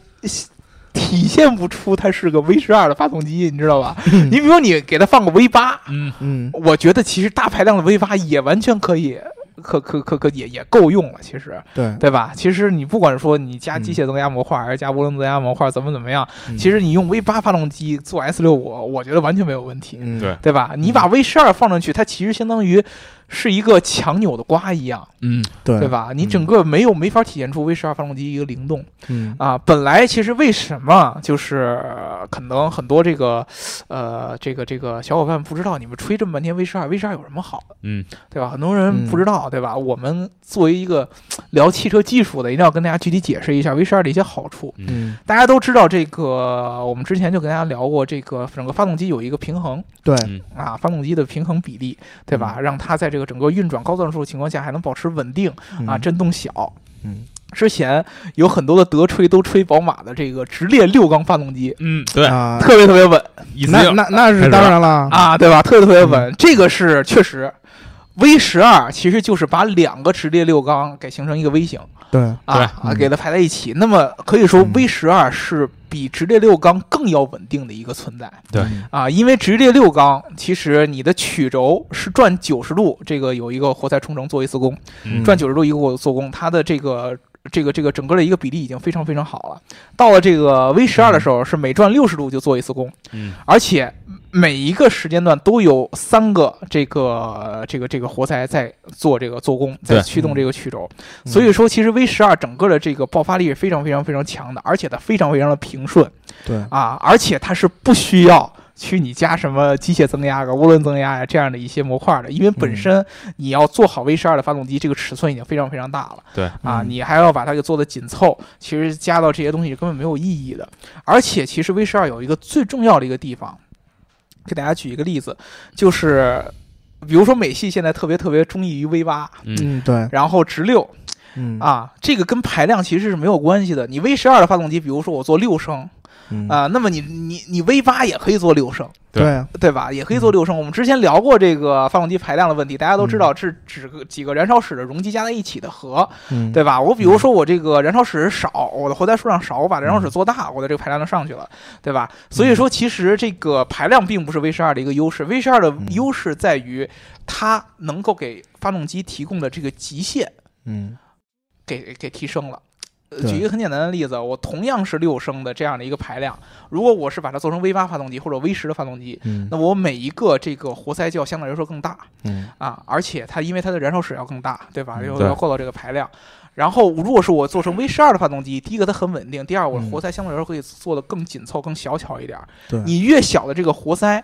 Speaker 3: 体现不出它是个 V 十二的发动机，你知 (laughs) 道吧？
Speaker 2: 嗯
Speaker 3: 你比如你给它放个 V 八，
Speaker 4: 嗯
Speaker 2: 嗯
Speaker 3: 我觉得其实大排量的 V 八也完全可以，可可可可也也够用了，其实
Speaker 2: 对，
Speaker 3: 对吧？其实你不管说你加
Speaker 2: 嗯
Speaker 3: 机械增压模块还是加涡轮增压模块怎么怎么样，
Speaker 2: 嗯
Speaker 3: 其实你用 V 八发动机做 S 六五，我觉得完全没有问题，
Speaker 2: 嗯
Speaker 4: 对
Speaker 3: 对吧？你把 V 十二放上去，它其实相当于是一个强扭的瓜一样，
Speaker 4: 嗯
Speaker 2: 对
Speaker 3: 对？吧？你整个没有没法体现出 V 十二发动机一个灵动。
Speaker 2: 嗯
Speaker 3: 啊，本来其实为什么就是呃可能很多这个呃这个这个小伙伴不知道，你们吹这么半天 V 十二，V 十二有什么好的，
Speaker 4: 嗯
Speaker 3: 对吧？很多人不
Speaker 2: 嗯
Speaker 3: 知道，对吧？我们作为一个聊汽车技术的，一定要跟大家具体解释一下 V 十二的一些好处。
Speaker 2: 嗯，
Speaker 3: 大家都知道这个，我们之前就跟大家聊过，这个整个发动机有一个平衡
Speaker 2: 对，
Speaker 3: 啊，发动机的平衡比例，对吧？
Speaker 2: 嗯
Speaker 3: 让它在这个整个运转高转速的情况下还能保持稳定啊，
Speaker 2: 嗯
Speaker 3: 震动小，
Speaker 2: 嗯
Speaker 3: 之前有很多的德吹都吹宝马的这个直列六缸发动机，
Speaker 4: 嗯，对，
Speaker 2: 啊，
Speaker 3: 特别特别稳
Speaker 4: 一次
Speaker 2: 那
Speaker 4: 性
Speaker 2: 那那
Speaker 4: 开
Speaker 2: 是
Speaker 4: 始
Speaker 2: 当然了，
Speaker 3: 啊，对吧？特别特别稳，这个是确实。V 十二其实就是把两个直列六缸给形成一个 V 型
Speaker 2: 对，
Speaker 3: 啊
Speaker 4: 对
Speaker 3: 啊，
Speaker 2: 嗯
Speaker 3: 给它排在一起。那么可以说
Speaker 2: 嗯
Speaker 3: V 十二是比直列六缸更要稳定的一个存在
Speaker 4: 对
Speaker 2: 嗯
Speaker 4: 嗯
Speaker 3: 啊，因为直列六缸其实你的曲轴是转九十度，这个有一个活塞冲程做一次功，
Speaker 4: 嗯
Speaker 3: 转九十度一个做工，它的这个这个这个整个的一个比例已经非常非常好了。到了这个 V 十二的时候，是每转六十度就做一次工，
Speaker 4: 嗯
Speaker 3: 而且每一个时间段都有三个这个这个这个活塞在做这个做工，在
Speaker 4: 对
Speaker 3: 驱动这个曲轴。
Speaker 2: 嗯
Speaker 3: 所以说，其实 V 十二整个的这个爆发力是非常非常非常强的，而且它非常非常的平顺
Speaker 2: 对，
Speaker 4: 嗯
Speaker 3: 啊，而且它是不需要。去你加什么机械增压啊、涡轮增压呀、这样的一些模块的，因为本
Speaker 2: 嗯
Speaker 3: 身你要做好 V 十二的发动机，这个尺寸已经非常非常大了。
Speaker 4: 对，
Speaker 3: 啊，
Speaker 2: 嗯
Speaker 3: 你还要把它给做的紧凑，其实加到这些东西是根本没有意义的。而且，其实 V 十二有一个最重要的一个地方，给大家举一个例子，就是比如说美系现在特别特别中意于 V 八，
Speaker 4: 嗯
Speaker 2: 嗯对，
Speaker 3: 然后直六
Speaker 2: 嗯，
Speaker 3: 啊，这个跟排量其实是没有关系的。你 V 十二的发动机，比如说我做六升
Speaker 2: 嗯
Speaker 3: 啊，那么你你你 V 八也可以做六升，
Speaker 2: 对，
Speaker 3: 对吧？也可以做六升。我们之前聊过这个发动机排量的问题，大家都知道是指个几个燃烧室的容积加在一起的和。
Speaker 2: 嗯
Speaker 3: 对吧？我比如说我这个燃烧室少，我的活塞数量少，我把燃烧室做大，我的这个排量就上去了，对吧？所以说，其实这个排量并不是 V 十二的一个优势，V 十二
Speaker 2: 嗯
Speaker 3: 的优势在于它能够给发动机提供的这个极限
Speaker 2: 嗯
Speaker 3: 给给提升了。呃
Speaker 2: 对
Speaker 3: 举一个很简单的例子，我同样是六升的这样的一个排量，如果我是把它做成 V 八发动机或者 V 十的发动机，
Speaker 2: 嗯
Speaker 3: 那我每一个这个活塞就要相对来说更大，
Speaker 2: 嗯
Speaker 3: 啊，而且它因为它的燃烧室要更大，对吧？
Speaker 2: 嗯
Speaker 3: 又
Speaker 4: 对
Speaker 3: 要够到这个排量。然后，如果是我做成 V 十二的发动机，第一个它很稳定，第二我
Speaker 2: 嗯
Speaker 3: 活塞相对来说可以做的更紧凑、更小巧一点儿。
Speaker 2: 对
Speaker 3: 你越小的这个活塞，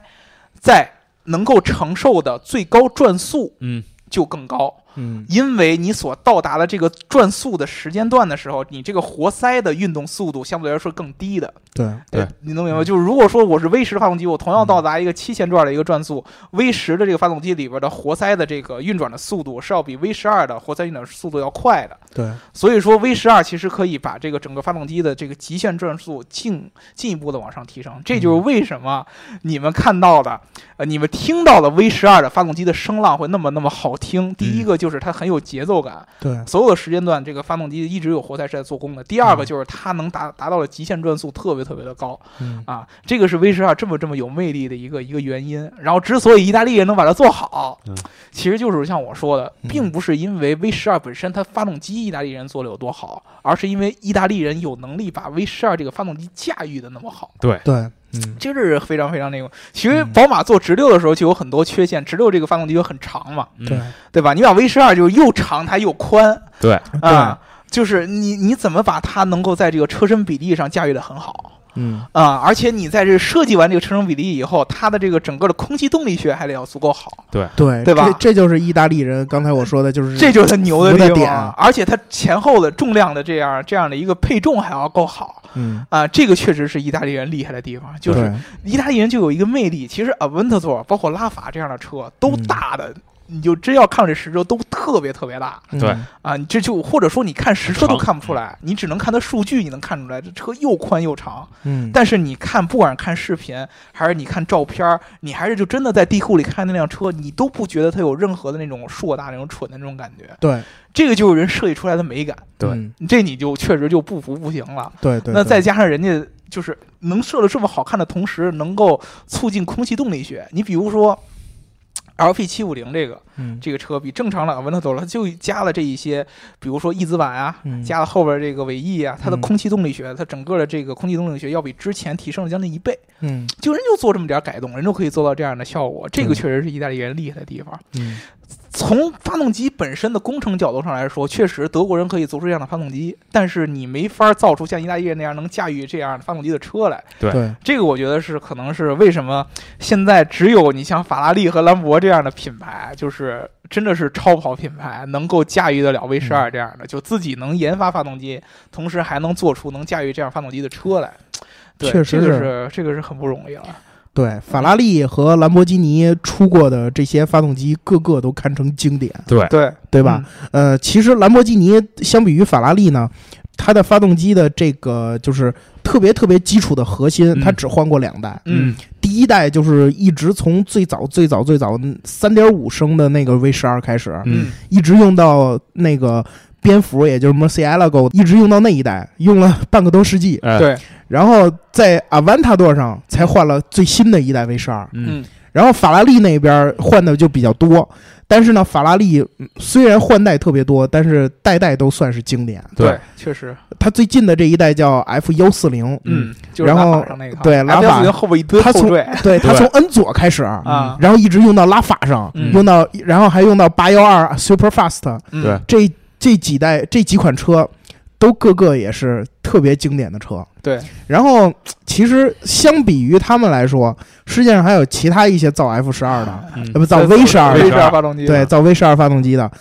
Speaker 3: 在能够承受的最高转速
Speaker 4: 嗯
Speaker 3: 就更高，
Speaker 2: 嗯
Speaker 3: 因为你所到达的这个转速的时间段的时候，你这个活塞的运动速度相对来说更低的。
Speaker 2: 对，
Speaker 4: 对
Speaker 3: 呃，你能明白吗？就是如果说我是 V 十发动机，我同样到达一个七千转的一个转速，V 十的这个发动机里边的活塞的这个运转的速度是要比 V 十二的活塞运转速度要快的。
Speaker 2: 对，
Speaker 3: 所以说 V 十二其实可以把这个整个发动机的这个极限转速进进一步的往上提升。这就是为什么你们看到的，呃，你们听到的 V 十二的发动机的声浪会那么那么好听。第一个就是它很有节奏感，
Speaker 2: 对，
Speaker 3: 所有的时间段这个发动机一直有活塞是在做工的。第二个就是它能达达到了极限转速特别特别的高
Speaker 2: 嗯
Speaker 3: 啊，这个是威士忌这么这么有魅力的一个一个原因。然后之所以意大利人能把它做好
Speaker 4: 嗯，
Speaker 3: 其实就是像我说的，
Speaker 2: 嗯
Speaker 3: 并不是因为 V 十二本身它发动机意大利人做的有多好，而是因为意大利人有能力把 V 十二这个发动机驾驭的那么好。
Speaker 2: 对，嗯
Speaker 3: 这是非常非常那个。其
Speaker 4: 嗯
Speaker 3: 实宝马做直六的时候就有很多缺陷，直六这个发动机就很长嘛，
Speaker 2: 对
Speaker 3: 对吧？你把 V 十二就是又长它又宽
Speaker 4: 对，
Speaker 3: 啊，就是你你怎么把它能够在这个车身比例上驾驭的很好
Speaker 2: 嗯
Speaker 3: 啊？而且你在这设计完这个车身比例以后，它的这个整个的空气动力学还得要足够好，
Speaker 2: 对
Speaker 3: 对吧
Speaker 2: 这这就是意大利人刚才我说的，就是
Speaker 3: 这就是它牛的
Speaker 2: 服嗯的
Speaker 3: 地
Speaker 2: 点啊
Speaker 3: 方。啊而且它前后的重量的这样这样的一个配重还要够好
Speaker 2: 嗯，
Speaker 3: 啊，这个确实是意大利人厉害的地方，就是
Speaker 2: 对
Speaker 3: 意大利人就有一个魅力，其实 Aventador 包括拉法这样的车都
Speaker 2: 嗯
Speaker 3: 大的，你就真要看这实车都特别特别大
Speaker 2: 嗯
Speaker 4: 对
Speaker 3: 啊！你这就或者说你看实车都
Speaker 4: 长
Speaker 3: 看不出来，你只能看它数据，你能看出来这车又宽又长。
Speaker 2: 嗯，
Speaker 3: 但是你看，不管是看视频还是你看照片儿，你还是就真的在地库里看那辆车，你都不觉得它有任何的那种硕大、那种蠢的那种感觉。
Speaker 2: 对
Speaker 3: 这个就是人设计出来的美感，
Speaker 4: 对
Speaker 2: 嗯
Speaker 3: 这你就确实就不服不行了。
Speaker 2: 对对，
Speaker 3: 那
Speaker 2: 对
Speaker 3: 再加上人家就是能设的这么好看的同时，能够促进空气动力学。你比如说，LP 七五零这个
Speaker 2: 嗯
Speaker 3: 这个车比正常的 Aventador 它就加了这一些，比如说翼子板啊，
Speaker 2: 嗯
Speaker 3: 加了后边这个尾翼啊，它的
Speaker 2: 嗯
Speaker 3: 空气动力学，它整个的这个空气动力学要比之前提升了将近一倍。
Speaker 2: 嗯
Speaker 3: 就人就做这么点儿改动，人就可以做到这样的效果。这个
Speaker 2: 对
Speaker 3: 确实是意大利人厉害的地方。
Speaker 2: 嗯
Speaker 3: 从发动机本身的工程角度上来说，确实德国人可以做出这样的发动机，但是你没法造出像意大利人那样能驾驭这样的发动机的车来。
Speaker 2: 对
Speaker 3: 这个我觉得是可能是为什么现在只有你像法拉利和兰博这样的品牌，就是真的是超跑品牌，能够驾驭得了 V 十
Speaker 2: 嗯
Speaker 3: 二这样的，就自己能研发发动机，同时还能做出能驾驭这样发动机的车来。对，
Speaker 2: 确实
Speaker 3: 这个
Speaker 2: 是
Speaker 3: 是这个是很不容易了。
Speaker 2: 对，法拉利和兰博基尼出过的这些发动机，个个都堪称经典，
Speaker 4: 对
Speaker 3: 对
Speaker 2: 对吧？？呃，其实兰博基尼相比于法拉利呢，它的发动机的这个就是特别特别基础的核心，
Speaker 4: 嗯
Speaker 2: 它只换过两代。
Speaker 3: 嗯
Speaker 4: 嗯，
Speaker 2: 第一代就是一直从最早最早最早三点五升的那个 V 十二开始，
Speaker 4: 嗯
Speaker 2: 一直用到那个蝙蝠，也就是 Murcielago，一直用到那一代，用了半个多世纪。
Speaker 4: 哎
Speaker 3: 对，
Speaker 2: 然后在 Aventador 上才换了最新的一代 V 十二。
Speaker 4: 嗯
Speaker 2: 然后法拉利那边换的就比较多，但是呢，法拉利嗯虽然换代特别多，但是代代都算是经典。
Speaker 4: 对，
Speaker 3: 确实，
Speaker 2: 它最近的这一代叫 F 幺四零，
Speaker 3: 嗯，就是
Speaker 2: 然
Speaker 3: 拉
Speaker 2: 后
Speaker 3: 法上那哎个，
Speaker 2: 对拉法
Speaker 3: F40 后边一堆
Speaker 2: 它
Speaker 3: 后
Speaker 2: 从
Speaker 3: 缀，
Speaker 2: (laughs) 对，它
Speaker 4: 对
Speaker 2: 从 N 左开始，
Speaker 3: 啊
Speaker 2: 然后一直用到拉法上，
Speaker 3: 嗯
Speaker 2: 用到然后还用到八幺二 Super Fast，
Speaker 3: 嗯
Speaker 4: 对
Speaker 2: 这这几代这几款车都个个也是特别经典的车。
Speaker 3: 对，
Speaker 2: 然后其实相比于他们来说，世界上还有其他一些造 F 十二的，
Speaker 4: 嗯
Speaker 2: 呃不造 V 十二的
Speaker 3: V
Speaker 4: 对
Speaker 3: 十二发动机，
Speaker 2: 对，造 V 十二发动机的，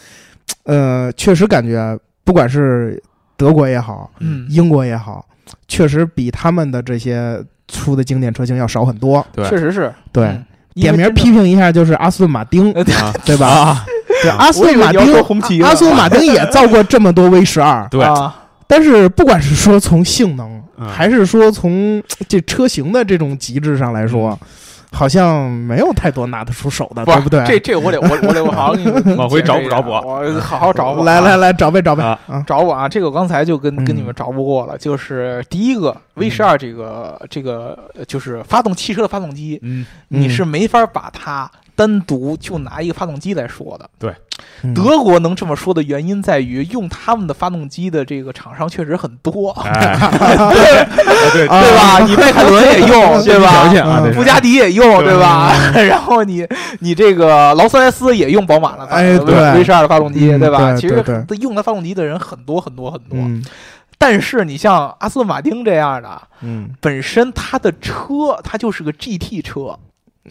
Speaker 2: 呃，确实感觉不管是德国也好，
Speaker 3: 嗯，
Speaker 2: 英国也好，确实比他们的这些出的经典车型要少很多。
Speaker 4: 对
Speaker 3: 确实是，
Speaker 2: 对，
Speaker 3: 嗯
Speaker 2: 点名批，评一下就是阿斯顿马丁，
Speaker 3: (laughs) 因为真的
Speaker 4: 啊
Speaker 2: 对吧？
Speaker 4: 啊，
Speaker 2: 对，阿斯
Speaker 3: 呃我以
Speaker 2: 顿
Speaker 3: 为
Speaker 2: 马
Speaker 3: 你要
Speaker 2: 丁
Speaker 3: 说。红旗了，
Speaker 2: 阿斯顿马丁也造过这么多 V 十二，
Speaker 4: 对
Speaker 3: 啊，
Speaker 2: 但是不管是说从性能，
Speaker 4: 嗯
Speaker 2: 还是说从这车型的这种极致上来说，
Speaker 3: 嗯
Speaker 2: 好像没有太多拿得出手
Speaker 4: 啊
Speaker 2: 的，对不对？
Speaker 3: 这这我得我我得我好好给你
Speaker 4: (laughs) 往回找
Speaker 3: 解释一
Speaker 4: 找
Speaker 3: 下
Speaker 4: 补
Speaker 3: 我好好找补，
Speaker 2: 来来。来，找呗找呗
Speaker 4: 啊
Speaker 2: 啊！
Speaker 3: 找我啊！这个我刚才就跟跟
Speaker 2: 嗯
Speaker 3: 你们找不过了，就是第一个 V 十二这个这个呃就是发动汽车的发动机，
Speaker 4: 嗯
Speaker 3: 你是没法把它单独就拿一个发动机来说的。
Speaker 2: 嗯
Speaker 3: 德国能这么说的原因在于，用他们的发动机的这个厂商确实很多，
Speaker 4: 哎，对
Speaker 2: 啊
Speaker 3: 对吧？
Speaker 2: (laughs)
Speaker 3: 你迈凯伦也用，对吧
Speaker 4: 条？件啊，
Speaker 2: 嗯
Speaker 3: (laughs)
Speaker 4: 这是
Speaker 3: 布加迪也用，对吧？ (laughs) 然后你你这个劳斯莱斯也用宝马的发
Speaker 2: 哎对
Speaker 3: V 十二的发动机，
Speaker 2: 嗯
Speaker 3: 对吧？
Speaker 2: 对
Speaker 3: 其实
Speaker 2: 对
Speaker 3: 很用它发动机的人很多很多很多，
Speaker 2: 嗯
Speaker 3: 但是你像阿斯顿马丁这样的，
Speaker 2: 嗯
Speaker 3: 本身它的车它就是个 GT 车，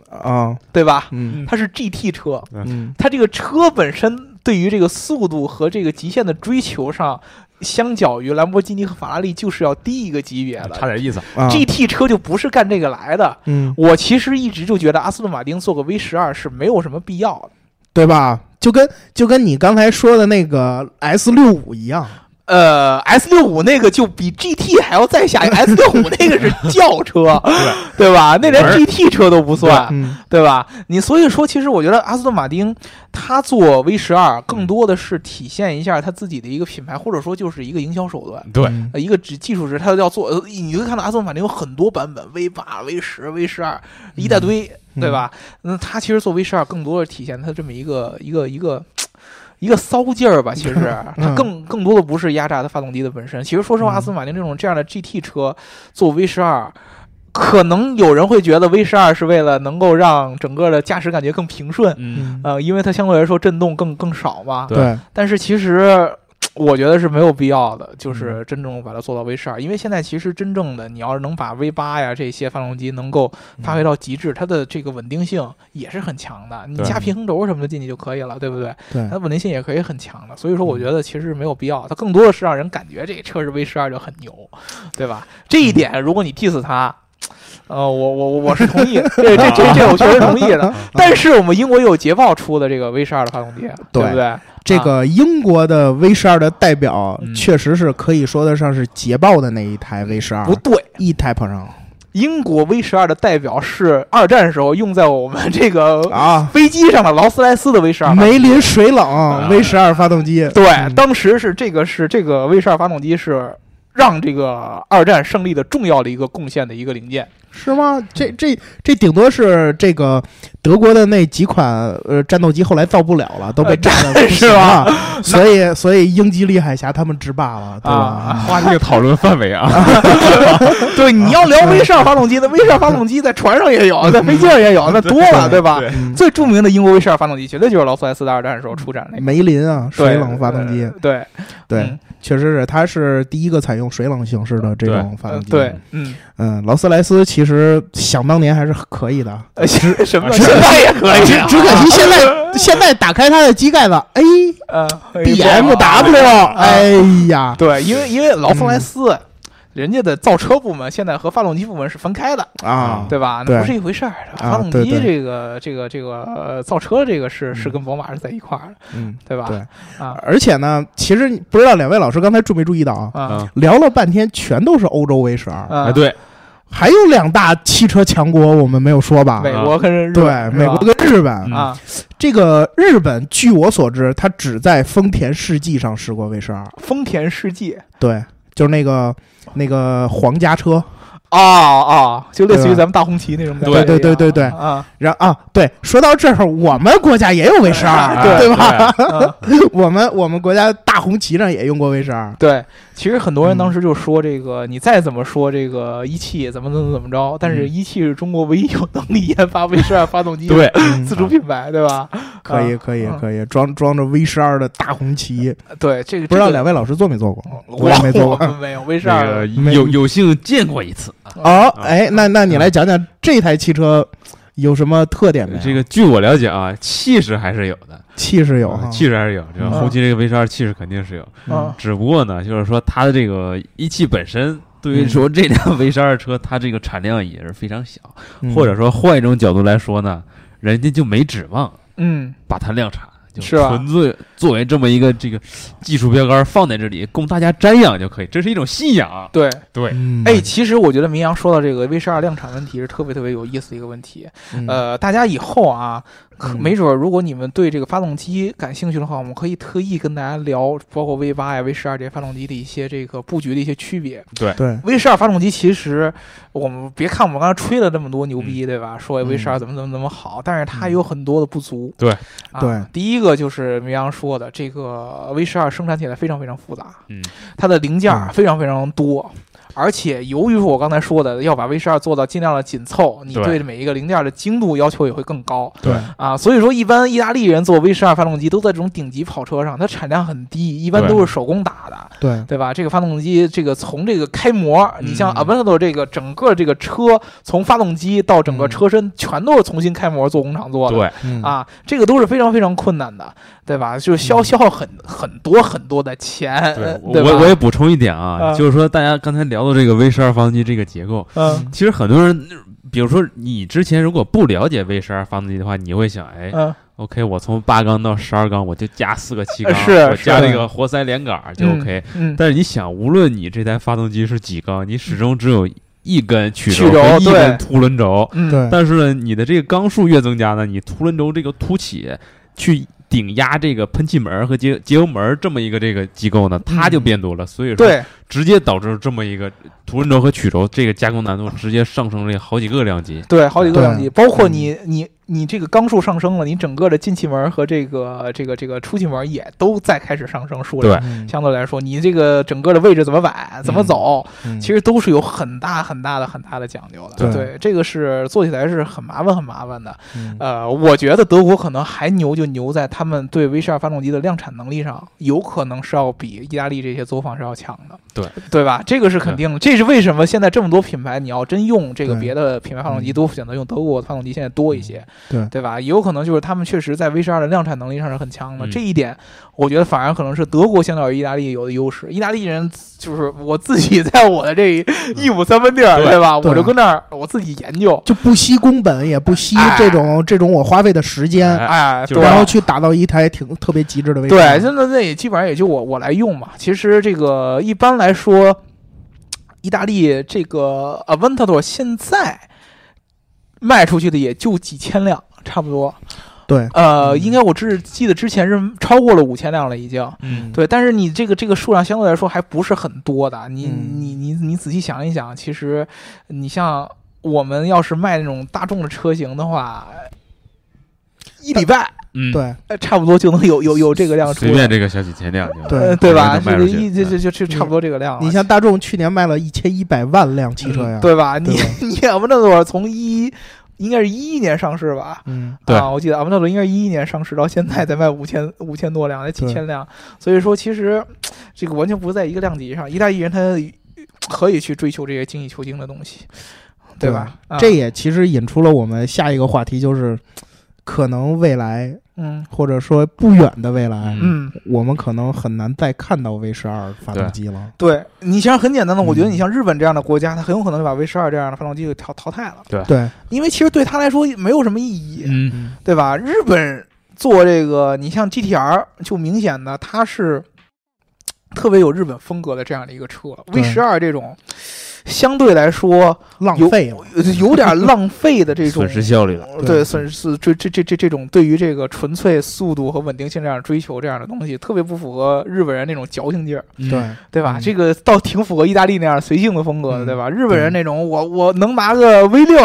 Speaker 2: 啊
Speaker 3: 对吧？
Speaker 2: 嗯
Speaker 3: 它是 GT 车，
Speaker 2: 嗯
Speaker 3: 它这个车本身对于这个速度和这个极限的追求上，相较于兰博基尼和法拉利就是要低一个级别
Speaker 4: 差
Speaker 3: 的。
Speaker 4: 点意思，
Speaker 2: 啊
Speaker 3: GT 车就不是干这个来的。
Speaker 2: 嗯，
Speaker 3: (laughs) 我其实一直就觉得阿斯顿马丁做个 V 十二是没有什么必要的。
Speaker 2: 对吧？就跟就跟你刚才说的那个 S 六五一样，
Speaker 3: 呃，S 六五那个就比 GT 还要再下，S (laughs) 六五那个是轿车，
Speaker 4: 啊
Speaker 3: 对吧？那连
Speaker 4: 门儿
Speaker 3: GT 车都不算，
Speaker 2: 嗯，
Speaker 3: 对吧？你所以说，其实我觉得阿斯顿马丁他做 V 十二更多的是体现一下他自己的一个品牌，或者说就是一个营销手段。
Speaker 4: 对，
Speaker 2: 嗯
Speaker 3: 呃，一个只技术值，它要做，呃你会看到阿斯顿马丁有很多版本，V 八、V 十、V 十二，一大堆，对吧？那它其实做 V 十二更多的体现它这么一个一个一个一个骚劲儿吧。其实它
Speaker 2: 嗯
Speaker 3: 更更多的不是压榨它发动机的本身。其实说实话，阿斯顿马丁这种这样的 GT 车做 V 十二。可能有人会觉得 V 十二是为了能够让整个的驾驶感觉更平顺，
Speaker 4: 嗯，
Speaker 2: 嗯
Speaker 3: 呃，因为它相对来说震动更更少嘛。
Speaker 4: 对
Speaker 2: 对，
Speaker 3: 但是其实我觉得是没有必要的，就是真正把它做到 V 十二，因为现在其实真正的你要是能把 V 八呀这些发动机能够发挥到极致，它的这个稳定性也是很强的。你
Speaker 4: 对
Speaker 3: 加平衡轴什么的进去就可以了，对不对？
Speaker 2: 对
Speaker 3: 它，稳定性也可以很强的。所以说，我觉得其实没有必要，它更多的是让人感觉这车是 V 十二就很牛，对吧？这一点，如果你 diss 它。呃，我我我我是同意，这这这这我确实同意的。但是我们英国也有捷豹出的这个 V 十二的发动机，啊对不
Speaker 2: 对
Speaker 3: 对？
Speaker 2: 这个英国的 V 十二的代表
Speaker 3: 啊嗯，
Speaker 2: 确实是可以说得上是捷豹的那一台 V 十二
Speaker 3: 不，对，
Speaker 2: 一台碰上
Speaker 3: 英国 V 十二的代表是二战时候用在我们这个
Speaker 2: 啊，
Speaker 3: 飞机上的劳斯莱斯的 V 十二。
Speaker 2: 梅林水
Speaker 3: 啊
Speaker 2: 冷 V 十二发动机，
Speaker 3: 对，当时是这个是这个 V 十二发动机是让这个二战胜利的重要的一个贡献的一个零件。
Speaker 2: 是吗？这这这顶多是这个德国的那几款呃战斗机后来造不了了，都被
Speaker 3: 呃
Speaker 2: 炸的、
Speaker 3: 是吧？
Speaker 2: 所以所以英吉利海峡他们制霸了，对吧？
Speaker 3: 啊
Speaker 4: 哇，这个讨论范围啊，
Speaker 3: 对，你要聊 V 十二发动机，那 V 十二发动机在船上也有，在飞机上也有，那多了，对吧？ (laughs)
Speaker 2: 嗯
Speaker 3: 最著名的英国 V 十二发动机绝对就是劳斯莱斯的二战时候出产那个
Speaker 2: 梅林啊，
Speaker 3: 对
Speaker 2: 水冷发动机
Speaker 3: 呃，对
Speaker 2: 对，
Speaker 3: 嗯
Speaker 2: 确实是，它是第一个采用水冷形式的这种发动
Speaker 3: 呃
Speaker 2: 机。
Speaker 3: 对，嗯，
Speaker 2: 嗯，劳斯莱斯其实想当年还是可以
Speaker 3: (laughs)
Speaker 2: 的，
Speaker 3: 呃
Speaker 2: 只
Speaker 3: 什么
Speaker 4: 啊
Speaker 3: 现在也可以
Speaker 2: 只
Speaker 3: 啊，
Speaker 2: 只可惜现在现在打开它的机盖子，哎
Speaker 3: 呃
Speaker 2: ，B
Speaker 3: 哎
Speaker 2: M W，哎呀，
Speaker 3: (laughs) 对，因为因为劳
Speaker 2: 嗯
Speaker 3: 斯莱斯。人家的造车部门现在和发动机部门是分开的，
Speaker 2: 啊，
Speaker 3: 对吧？
Speaker 2: 对
Speaker 3: 那不是一回事儿。
Speaker 2: 啊
Speaker 3: 发动
Speaker 2: 对
Speaker 3: 机
Speaker 2: 对
Speaker 3: 这个、这个、这个呃，造车这个是是
Speaker 2: 嗯
Speaker 3: 跟宝马是在一块儿的，
Speaker 2: 嗯，
Speaker 3: 对吧？
Speaker 2: 对
Speaker 3: 啊
Speaker 2: 而且呢，其实不知道两位老师刚才注没注意到啊，
Speaker 3: 啊
Speaker 2: 聊了半天全都是欧洲 V 十二，
Speaker 3: 啊！
Speaker 4: 哎，，对，
Speaker 2: 还有两大汽车强国我们没有说吧？
Speaker 3: 美国跟日本
Speaker 2: 啊对，美国
Speaker 3: 是吧
Speaker 2: 跟日本，
Speaker 4: 嗯
Speaker 3: 啊，
Speaker 2: 这个日本据我所知，它只在丰田世纪上试过 V 十二，
Speaker 3: 丰田世纪
Speaker 2: 对，就是那个那个皇家车，
Speaker 3: 啊啊，就类似于
Speaker 2: 对吧
Speaker 3: 咱们大红旗那种感觉一
Speaker 4: 对
Speaker 3: 样。
Speaker 2: 对对对对
Speaker 3: 啊，
Speaker 2: 然啊，对，说到这儿，我们国家也有 V 十二，
Speaker 4: 哎
Speaker 3: 对
Speaker 2: 对吧？
Speaker 3: 啊
Speaker 2: 我们我们国家大红旗上也用过 V 十二，
Speaker 3: 对，其实很多
Speaker 2: 嗯
Speaker 3: 人当时就说这个，你再怎么说这个一汽怎么怎么怎么着，但是
Speaker 2: 嗯
Speaker 3: 一汽是中国唯一有能力研发 V 十二发动机的
Speaker 4: 对，
Speaker 2: 嗯
Speaker 3: 自主品牌，对吧？
Speaker 2: 可以可以
Speaker 3: 嗯
Speaker 2: 可以，装装着 V 十二的大红旗，
Speaker 3: 对，啊这个
Speaker 2: 不知道
Speaker 3: 这
Speaker 2: 两
Speaker 3: 个
Speaker 2: 位老师做没做过？
Speaker 3: 我
Speaker 2: 也没做
Speaker 3: 我
Speaker 2: 过。
Speaker 3: 们没有 V 十
Speaker 4: 那
Speaker 3: 二
Speaker 4: 个有有幸见过一次。
Speaker 2: (laughs) 哦，
Speaker 4: 啊
Speaker 2: 哎，那那你来讲讲这台汽车有什么特点没？
Speaker 4: 这个据我了解啊，气势还是有的，
Speaker 2: 气势有
Speaker 4: 啊
Speaker 2: 哈，
Speaker 4: 气势还是有。这个
Speaker 2: 嗯
Speaker 4: 后期这个 V 十二气势肯定是有，
Speaker 2: 嗯
Speaker 3: 啊
Speaker 4: 只不过呢，就是说它的这个一汽本身。对于说这辆 V 十二车，它这个产量也是非常小，
Speaker 2: 嗯
Speaker 4: 或者说换一种角度来说呢，人家就没指望
Speaker 3: 嗯，
Speaker 4: 把它量产，就是
Speaker 2: 啊
Speaker 3: 吧
Speaker 4: 纯粹作为这么一个这个技术标杆放在这里，供大家瞻仰就可以，这是一种信仰。
Speaker 3: 对，
Speaker 4: 对，
Speaker 2: 嗯
Speaker 3: 哎，其实我觉得明阳说到这个 V 十二量产问题是特别特别有意思的一个问题。
Speaker 2: 嗯
Speaker 3: 呃，大家以后啊，可
Speaker 2: 嗯
Speaker 3: 没准儿如果你们对这个发动机感兴趣的话，我们可以特意跟大家聊，包括 V 八呀、V 十二这些发动机的一些这个布局的一些区别。
Speaker 2: 对，
Speaker 3: V 十二发动机其实，我们别看我们刚才吹了这么多牛
Speaker 4: 嗯
Speaker 3: 逼，对吧？说哎 V 十二怎么怎么怎么好，但是它也有很多的不足。
Speaker 4: 对
Speaker 3: 啊
Speaker 2: 对
Speaker 3: 第一个就是明阳说的，这个 V 十二生产起来非常非常复杂，
Speaker 4: 嗯，
Speaker 3: 它的零件儿
Speaker 2: 嗯
Speaker 3: 非常非常多。而且，由于是我刚才说的，要把 V 十二做到尽量的紧凑，你
Speaker 4: 对
Speaker 3: 对每一个零件儿的精度要求也会更高
Speaker 2: 对，
Speaker 3: 啊。所以说，一般意大利人做 V 十二发动机都在这种顶级跑车上，它产量很低，一般
Speaker 4: 对
Speaker 3: 都是手工打的。
Speaker 2: 对，
Speaker 3: 对吧？这个发动机，这个从这个开模，
Speaker 4: 嗯
Speaker 3: 你像 Aventador 这个整个这个车，从发动机到整个车身，全都是重新开模做工厂做的。
Speaker 4: 嗯对，
Speaker 2: 嗯，
Speaker 3: 啊，这个都是非常非常困难的，对吧？就消消耗很很多很多的钱，呃
Speaker 4: 嗯 (laughs)
Speaker 3: (laughs) 对
Speaker 4: 对，
Speaker 3: 吧？
Speaker 4: 我我也补充一点啊，
Speaker 3: 啊
Speaker 4: 就是说大家刚才聊到这个 V 十二发动机这个结构，
Speaker 3: 嗯
Speaker 4: 其实很多人比如说你之前如果不了解 V 十二发动机的话，你会想，哎
Speaker 3: 嗯，
Speaker 4: ，OK，我从八缸到十二缸，我就加四个气缸，
Speaker 3: 是
Speaker 4: 我
Speaker 3: 是
Speaker 4: 加那个活塞连杆儿就
Speaker 3: 嗯
Speaker 4: OK。
Speaker 3: 嗯，
Speaker 4: 但是你想，无论你这台发动机是几缸，你始终只有一根曲
Speaker 3: 曲
Speaker 4: 轴和
Speaker 3: 轴
Speaker 4: 一
Speaker 3: 对
Speaker 4: 根凸轮轴。
Speaker 3: 嗯，
Speaker 2: 对
Speaker 4: 但是呢，你的这个缸数越增加呢，你凸轮轴这个凸起去顶压这个喷气门儿和节节油门儿这么一个这个机构呢，它就变多了。所以说，
Speaker 3: 对，
Speaker 4: 直接导致这么一个凸轮轴和曲轴这个加工难度直接上升了好几个量级。
Speaker 3: 对，好几个
Speaker 2: 对
Speaker 3: 量级，包
Speaker 4: 嗯
Speaker 3: 括你你你这个缸数上升了，你整个的进气门和这个这个这个出气门也都在开始上升数量。
Speaker 2: 嗯
Speaker 3: 相对来说，你这个整个的位置怎么摆、怎么走，
Speaker 2: 嗯
Speaker 3: 其实都是有很大很大的很大的讲究
Speaker 2: 对
Speaker 3: 的。对，这个是做起来是很麻烦很麻烦的。
Speaker 2: 嗯
Speaker 3: 呃，我觉得德国可能还牛就牛在他们对 V 十二发动机的量产能力上，有可能是要比意大利这些作坊是要强的，
Speaker 4: 对
Speaker 3: 对吧？这个是肯定的，这是为什么现在这么多品牌，你要真用这个
Speaker 2: 对
Speaker 3: 别的品牌发动机，
Speaker 2: 嗯
Speaker 3: 都选择用德国发动机，现在多一些，
Speaker 2: 对
Speaker 3: 对吧？也有可能就是他们确实在 V 十二的量产能力上是很强的，
Speaker 4: 嗯
Speaker 3: 这一点我觉得反而可能是德国相较于意大利有的优势。意大利人就是我自己在我的这一亩三分地儿，
Speaker 4: 对
Speaker 3: 对吧？
Speaker 2: 对
Speaker 3: 我就跟那儿我自己研究，
Speaker 2: 就不惜工本，也不惜
Speaker 3: 哎
Speaker 2: 这种这种我花费的时间，
Speaker 4: 哎
Speaker 3: 哎，
Speaker 4: 就是
Speaker 3: 对
Speaker 2: 然后去打造一台挺特别极致的位置。
Speaker 3: 对，现在那也基本上也就我我来用嘛。其实这个一般来说，意大利这个 Aventador 现在卖出去的也就几千辆，差不多。
Speaker 2: 对
Speaker 3: 呃，
Speaker 2: 嗯
Speaker 3: 应该我只记得之前是超过了五千辆了，已经。
Speaker 4: 嗯
Speaker 3: 对，但是你这个这个数量相对来说还不是很多的。你
Speaker 2: 嗯
Speaker 3: 你你你仔细想一想，其实你像我们要是卖那种大众的车型的话，一礼拜
Speaker 4: 嗯，
Speaker 2: 对
Speaker 3: 呃差不多就能有有有这个量出
Speaker 4: 随
Speaker 3: 来。
Speaker 4: 便这个小几千辆就
Speaker 2: 对
Speaker 3: 呃，啊对吧？
Speaker 4: 能
Speaker 3: 这
Speaker 4: 卖
Speaker 3: 个
Speaker 4: 出去
Speaker 3: 一这
Speaker 4: 嗯
Speaker 3: 这这这差不多这个量了，
Speaker 2: 你像大众去年卖了一千一百万辆汽
Speaker 4: 嗯
Speaker 2: 车呀，
Speaker 3: 对吧？你
Speaker 2: 对吧
Speaker 3: 你 (laughs) a v e n t a 从一应该是一一年上市吧？
Speaker 2: 嗯，
Speaker 4: 对
Speaker 3: 啊，我记得 a v e n t a 应该是一一年上市，到现在才卖五千五千多辆，才几
Speaker 2: 对
Speaker 3: 千辆。所以说，其实这个完全不是在一个量级上。意大利人他可以去追求这些精益求精的东西，对吧？啊
Speaker 2: 这也其实引出了我们下一个话题，就是可能未来
Speaker 3: 嗯
Speaker 2: 或者说不远的未来，
Speaker 3: 嗯。
Speaker 2: 我们可能很难再看到 V 十二发动机了。
Speaker 3: 对你像很简单的，我觉得你
Speaker 2: 嗯
Speaker 3: 像日本这样的国家，它很有可能就把 V 十二这样的发动机给淘淘汰了，
Speaker 2: 对，
Speaker 3: 因为其实对他来说没有什么意义。
Speaker 4: 嗯，
Speaker 3: 对吧？日本做这个，你像 GTR 就明显的它是特别有日本风格的这样的一个车
Speaker 2: 对
Speaker 3: ，V 十二这种相对来
Speaker 2: (laughs)
Speaker 3: 说
Speaker 2: 浪
Speaker 3: 有
Speaker 2: 费了。
Speaker 3: 呃有点浪费的这种
Speaker 4: 损失效率了。
Speaker 3: 呃
Speaker 2: 对
Speaker 3: 对损失这这这这这种对于这个纯粹速度和稳定性这样追求这样的东西，特别不符合日本人那种矫情劲儿， (laughs)
Speaker 4: 嗯，
Speaker 2: 对，
Speaker 3: 对吧？
Speaker 2: 嗯
Speaker 3: 这个倒挺符合意大利那样随性的风格
Speaker 2: 嗯
Speaker 3: 的，对吧？日本人那种我我能拿个 V
Speaker 2: (laughs)
Speaker 3: 六，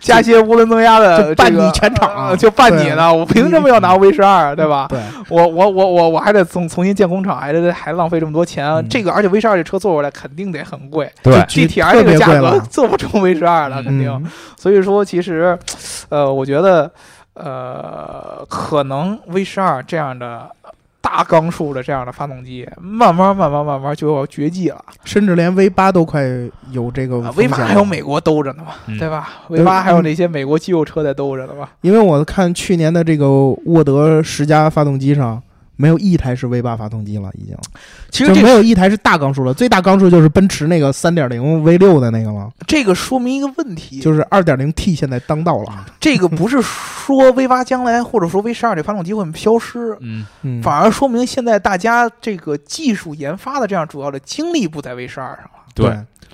Speaker 3: 加些涡轮增压的、这
Speaker 2: 就
Speaker 3: 个，
Speaker 2: 办你全场啊
Speaker 3: 呃 (laughs) 就啊办你呢，我凭什么要
Speaker 2: 嗯
Speaker 3: 拿 V 十二，对吧？
Speaker 2: 对，
Speaker 3: 我我我我我还得重重新建工厂，还得还浪费这么多钱，
Speaker 2: 嗯
Speaker 3: 这个而且 V 十二这车做过来肯定得很贵
Speaker 4: 对
Speaker 2: 就特
Speaker 3: ，GTR 这个
Speaker 2: 别
Speaker 3: 价
Speaker 2: 贵
Speaker 3: 格 (laughs)
Speaker 2: 了。
Speaker 3: 做不成 V 十二了，
Speaker 4: 嗯
Speaker 3: 肯定。
Speaker 2: 嗯
Speaker 3: 所以说，其实，呃，我觉得，呃，可能 V 十二这样的。大缸数的这样的发动机，慢慢慢慢慢慢就要绝迹了。
Speaker 2: 甚至连 V 八都快有这个
Speaker 3: 啊 V 八
Speaker 2: 风险
Speaker 3: 还有
Speaker 2: 了
Speaker 3: 美国兜着呢嘛，
Speaker 4: 嗯
Speaker 3: 对吧
Speaker 2: 对嗯
Speaker 3: ？V 八还有那些美国肌肉车在兜着呢嘛。
Speaker 2: 因为我看去年的这个沃德十佳发动机上，没有一台是 V 八发动机了，已经
Speaker 3: 其实
Speaker 2: 就
Speaker 3: 这
Speaker 2: 没有一台是大缸数了。最大缸数就是奔驰那个三点零 V 六的那个了，
Speaker 3: 这个说明一个问题，
Speaker 2: 就是二点零 T 现在当道了。
Speaker 3: 这个不是说 V 八将来或者说 V 十二这发动机会消失，
Speaker 4: 嗯，
Speaker 2: 嗯，
Speaker 3: 反而说明现在大家这个技术研发的这样主要的精力不在 V 十二上了。
Speaker 2: 对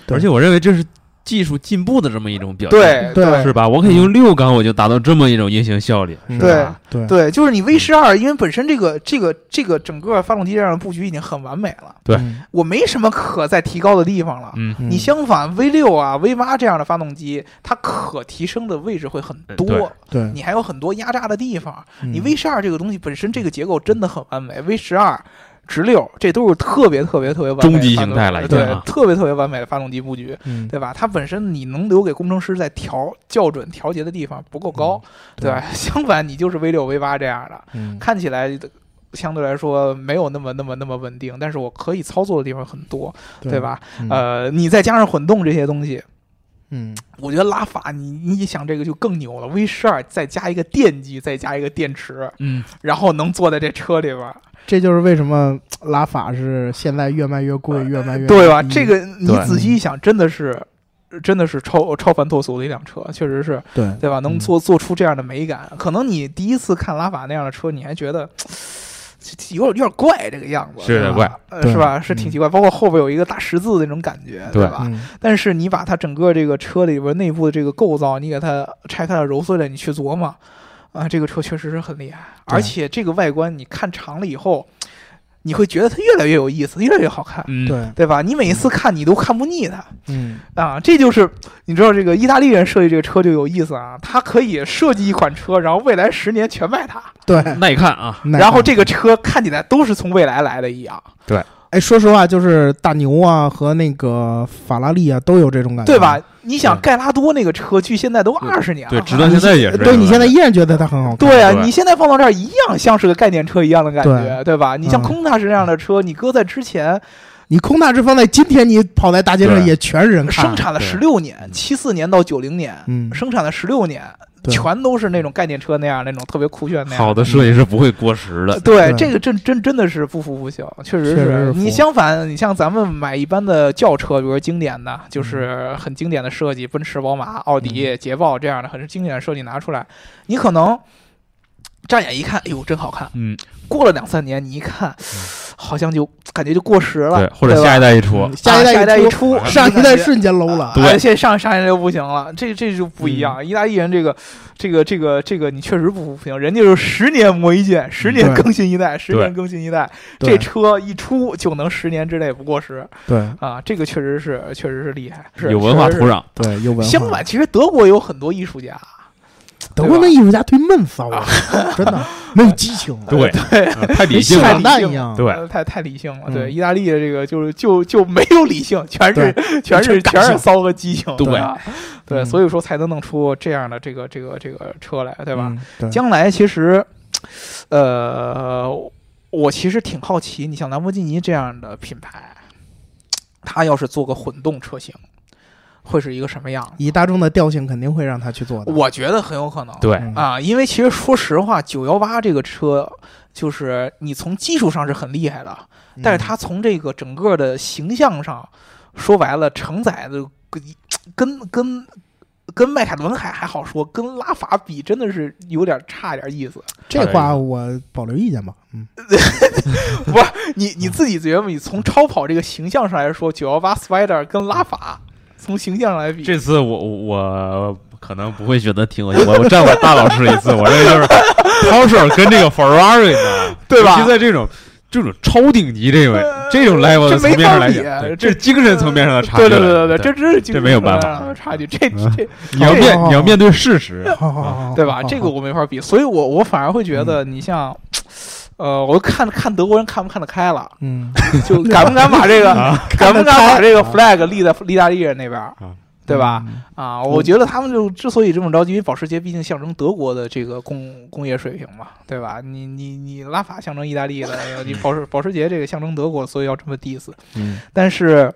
Speaker 4: 对，而且我认为这是技术进步的这么一种表现。
Speaker 2: 对
Speaker 4: 是吧？我可以用六缸，我就达到这么一种运行效率，
Speaker 2: 嗯
Speaker 4: 是吧？
Speaker 2: 对
Speaker 3: 对，就是你 V 十二，因为本身这个这个这个整个发动机这样的布局已经很完美了，
Speaker 4: 对
Speaker 2: 嗯
Speaker 3: 我没什么可再提高的地方了。
Speaker 4: 嗯，
Speaker 2: 嗯
Speaker 3: 你相反，V 六啊、V 八这样的发动机，它可提升的位置会很
Speaker 4: 呃对
Speaker 3: 多，
Speaker 2: 对
Speaker 3: 你还有很多压榨的地方。你
Speaker 2: 嗯
Speaker 3: V 十二这个东西本身这个结构真的很完美，V 十二、直六这都是特别特别特别完美的
Speaker 4: 终极
Speaker 3: 发
Speaker 4: 形
Speaker 3: 动
Speaker 4: 态了已经
Speaker 3: 对
Speaker 4: 啊，
Speaker 3: 特别特别完美的发动机布局，
Speaker 2: 嗯
Speaker 3: 对吧？它本身你能留给工程师在调校准调节的地方不够
Speaker 4: 嗯
Speaker 3: 高，对吧？ (laughs) 相反，你就是 V 六、V 八这样的，
Speaker 2: 嗯
Speaker 3: 看起来相对来说没有那么那么那么稳定，但是我可以操作的地方很多，对吧？？
Speaker 2: 嗯
Speaker 3: 呃，你再加上混动这些东西，
Speaker 2: 嗯，
Speaker 3: 我觉得拉法你你想这个就更牛了，V 十二再加一个电机，再加一个电池，
Speaker 4: 嗯，
Speaker 3: 然后能坐在这车里边儿，
Speaker 2: 这就是为什么拉法是现在越卖越贵，越卖越嗯
Speaker 3: 呃对吧？
Speaker 2: 低
Speaker 3: 这个你
Speaker 4: 嗯对
Speaker 3: 仔细一想，真的是。真的是超超凡脱俗的一辆车，确实是
Speaker 2: 对，
Speaker 3: 对吧？能
Speaker 4: 嗯
Speaker 3: 做做出这样的美感，可能你第一次看拉法那样的车，你还觉得嘖有点有点怪这个样子，
Speaker 4: 是有点
Speaker 3: 吧
Speaker 4: 怪
Speaker 3: 呃
Speaker 2: 对
Speaker 3: 是吧？是挺奇怪，包括后边有一个大十字的那种感觉，
Speaker 4: 对
Speaker 3: 吧？
Speaker 2: 嗯
Speaker 3: 但是你把它整个这个车里边内部的这个构造，你给它拆开了揉碎了，你去琢磨，啊，这个车确实是很厉害，
Speaker 2: 对
Speaker 3: 而且这个外观你看长了以后，你会觉得它越来越有意思，越来越好看，
Speaker 4: 嗯，
Speaker 2: 对，
Speaker 3: 对吧？你每一次看你都看不腻它
Speaker 2: 嗯，
Speaker 3: 啊，这就是你知道这个意大利人设计这个车就有意思啊，他可以设计一款车，然后未来十年全卖它，
Speaker 2: 对。
Speaker 4: 耐看啊，
Speaker 2: 那
Speaker 3: 然后这个车看起来都是从未来来的一样，
Speaker 2: 哎，说实话，就是大牛啊和那个法拉利啊都有这种感觉，
Speaker 3: 对吧？？你想
Speaker 4: 对
Speaker 3: 盖拉多那个车，距现在都
Speaker 4: 对
Speaker 3: 二十年了，
Speaker 4: 对，直到现在也是。
Speaker 2: 对你现在依然觉得它很好看，
Speaker 3: 对啊，
Speaker 4: 对
Speaker 3: 你现在放到这儿一样像是个概念车一样的感觉，
Speaker 2: 对
Speaker 3: 对吧？你
Speaker 2: 嗯
Speaker 3: 像空大是这样的车，你搁在之前
Speaker 2: 你空大之风在今天你跑在大街上
Speaker 4: 对
Speaker 2: 也全是人看，
Speaker 3: 生产了
Speaker 4: 对
Speaker 3: 十六年，七四年到九零年，
Speaker 2: 嗯，
Speaker 3: 生产了十六年，
Speaker 2: 对
Speaker 3: 全都是那种概念车那样那种特别酷炫那样嗯
Speaker 4: 好。的设计是不会过时的，
Speaker 3: 对，
Speaker 2: 对
Speaker 3: 这个真真真的是不服不行，确实
Speaker 2: 确实是
Speaker 3: 是。
Speaker 2: 服
Speaker 3: 你相反，你像咱们买一般的轿车，比如说经典的，就是
Speaker 2: 嗯
Speaker 3: 很经典的设计，奔驰、宝马、奥迪、捷豹这样的很经典的设计拿出来，你可能乍眼一看，哎呦，真好看。
Speaker 4: 嗯，
Speaker 3: 过了两三年，你一看，好像就感觉就过时了，
Speaker 4: 对，或者
Speaker 3: 对吧
Speaker 4: 下一代一出
Speaker 2: 嗯，下一
Speaker 3: 啊下一代
Speaker 2: 代
Speaker 3: 一
Speaker 2: 一
Speaker 3: 出啊
Speaker 2: 上一代
Speaker 3: 是
Speaker 2: 瞬间 low 了，
Speaker 4: 对
Speaker 3: 现在上上一代就不行了，这这就不一
Speaker 2: 嗯
Speaker 3: 样。意大利人这个这个这个这个，你确实不不行，人家就是十年磨一剑，十年
Speaker 2: 嗯对
Speaker 3: 更新一代，十年更新一代，这
Speaker 2: 对
Speaker 3: 车一出就能十年之内不过时
Speaker 2: 对
Speaker 3: 啊！这个确实是确实是厉害，是
Speaker 4: 有文化土。壤，
Speaker 2: 对，有
Speaker 3: 确
Speaker 2: 文化。
Speaker 3: 实是相反，其实德国有很多艺术家，
Speaker 2: 德国那艺术家忒闷骚了，真的没有激情，
Speaker 4: 对，嗯太理性
Speaker 2: 跟散
Speaker 3: 太
Speaker 4: 了
Speaker 3: 啊理，
Speaker 2: 弹
Speaker 3: 性啊
Speaker 2: 一样，
Speaker 4: 对
Speaker 3: 呃太太理性了。
Speaker 2: 嗯
Speaker 3: 对，意大利的这个就是就就没有理性，全是 (laughs) 全
Speaker 2: 全
Speaker 3: 是
Speaker 2: 感
Speaker 3: 全是
Speaker 2: 性
Speaker 3: 骚和激情，
Speaker 4: 对
Speaker 3: 吧对，
Speaker 2: 嗯
Speaker 3: 所以说才能弄出这样的这个这个这个车来，对吧？
Speaker 2: 嗯？对，
Speaker 3: 将来其实，呃，我其实挺好奇，你像兰博基尼这样的品牌，它要是做个混动车型，会是一个什么样子？
Speaker 2: 以大众的调性肯定会让他去做的。
Speaker 3: 我觉得很有可能，
Speaker 4: 对，
Speaker 2: 嗯
Speaker 3: 啊，因为其实说实话，九幺八这个车，就是你从技术上是很厉害的，
Speaker 2: 嗯
Speaker 3: 但
Speaker 4: 嗯
Speaker 3: 是它从这个整个的形象上，说白了，承载的跟跟跟迈凯伦还还好说，跟拉法比真的是有点差点意思。
Speaker 2: 这话我保留意见吧。嗯，
Speaker 4: 嗯
Speaker 3: (laughs) 你你自己觉得，你从超跑这个形象上来说，九幺八 Spider 跟拉法从形象上来比，
Speaker 4: 这次我我我可能不会觉得挺恶心，我我站稳大老师一次，我这就是 Porsche 跟这个 Ferrari 呢，
Speaker 3: 对吧
Speaker 4: 尤其在这种这种超顶级这种
Speaker 3: 呃
Speaker 4: 这种 level 的
Speaker 3: 这没
Speaker 4: 层面上来
Speaker 3: 法
Speaker 4: 讲，
Speaker 3: 比
Speaker 4: 对这是精神层面上的差距
Speaker 3: 对
Speaker 4: 了。
Speaker 3: 对对对，这
Speaker 4: 对，
Speaker 3: 真是
Speaker 4: 这没有办法嗯
Speaker 3: 差距，这这
Speaker 4: (laughs)
Speaker 3: 这
Speaker 4: 你要
Speaker 2: 好好
Speaker 4: 面
Speaker 2: 好
Speaker 4: 你要面对
Speaker 3: (laughs)
Speaker 4: 事实，
Speaker 2: 好好好好，
Speaker 3: 啊对吧？
Speaker 2: 好
Speaker 3: 这个我没法比，所以我我反而会觉
Speaker 4: 嗯
Speaker 3: 得，你像，呃，我看看德国人看不看得开了，
Speaker 2: 嗯，
Speaker 3: (laughs) 就敢不敢把这个， (laughs) 敢不敢把这个
Speaker 2: 啊
Speaker 3: flag 立在意大利人那边儿
Speaker 4: 啊，
Speaker 3: 对吧？
Speaker 2: 嗯？
Speaker 3: 啊，我觉得他们就之所以这么着急，因为保时捷毕竟象征德国的这个工工业水平嘛，对吧？你你你拉法象征意大利的，你保时保时捷这个象征德国，所以要这么 diss。
Speaker 4: 嗯，
Speaker 3: 但是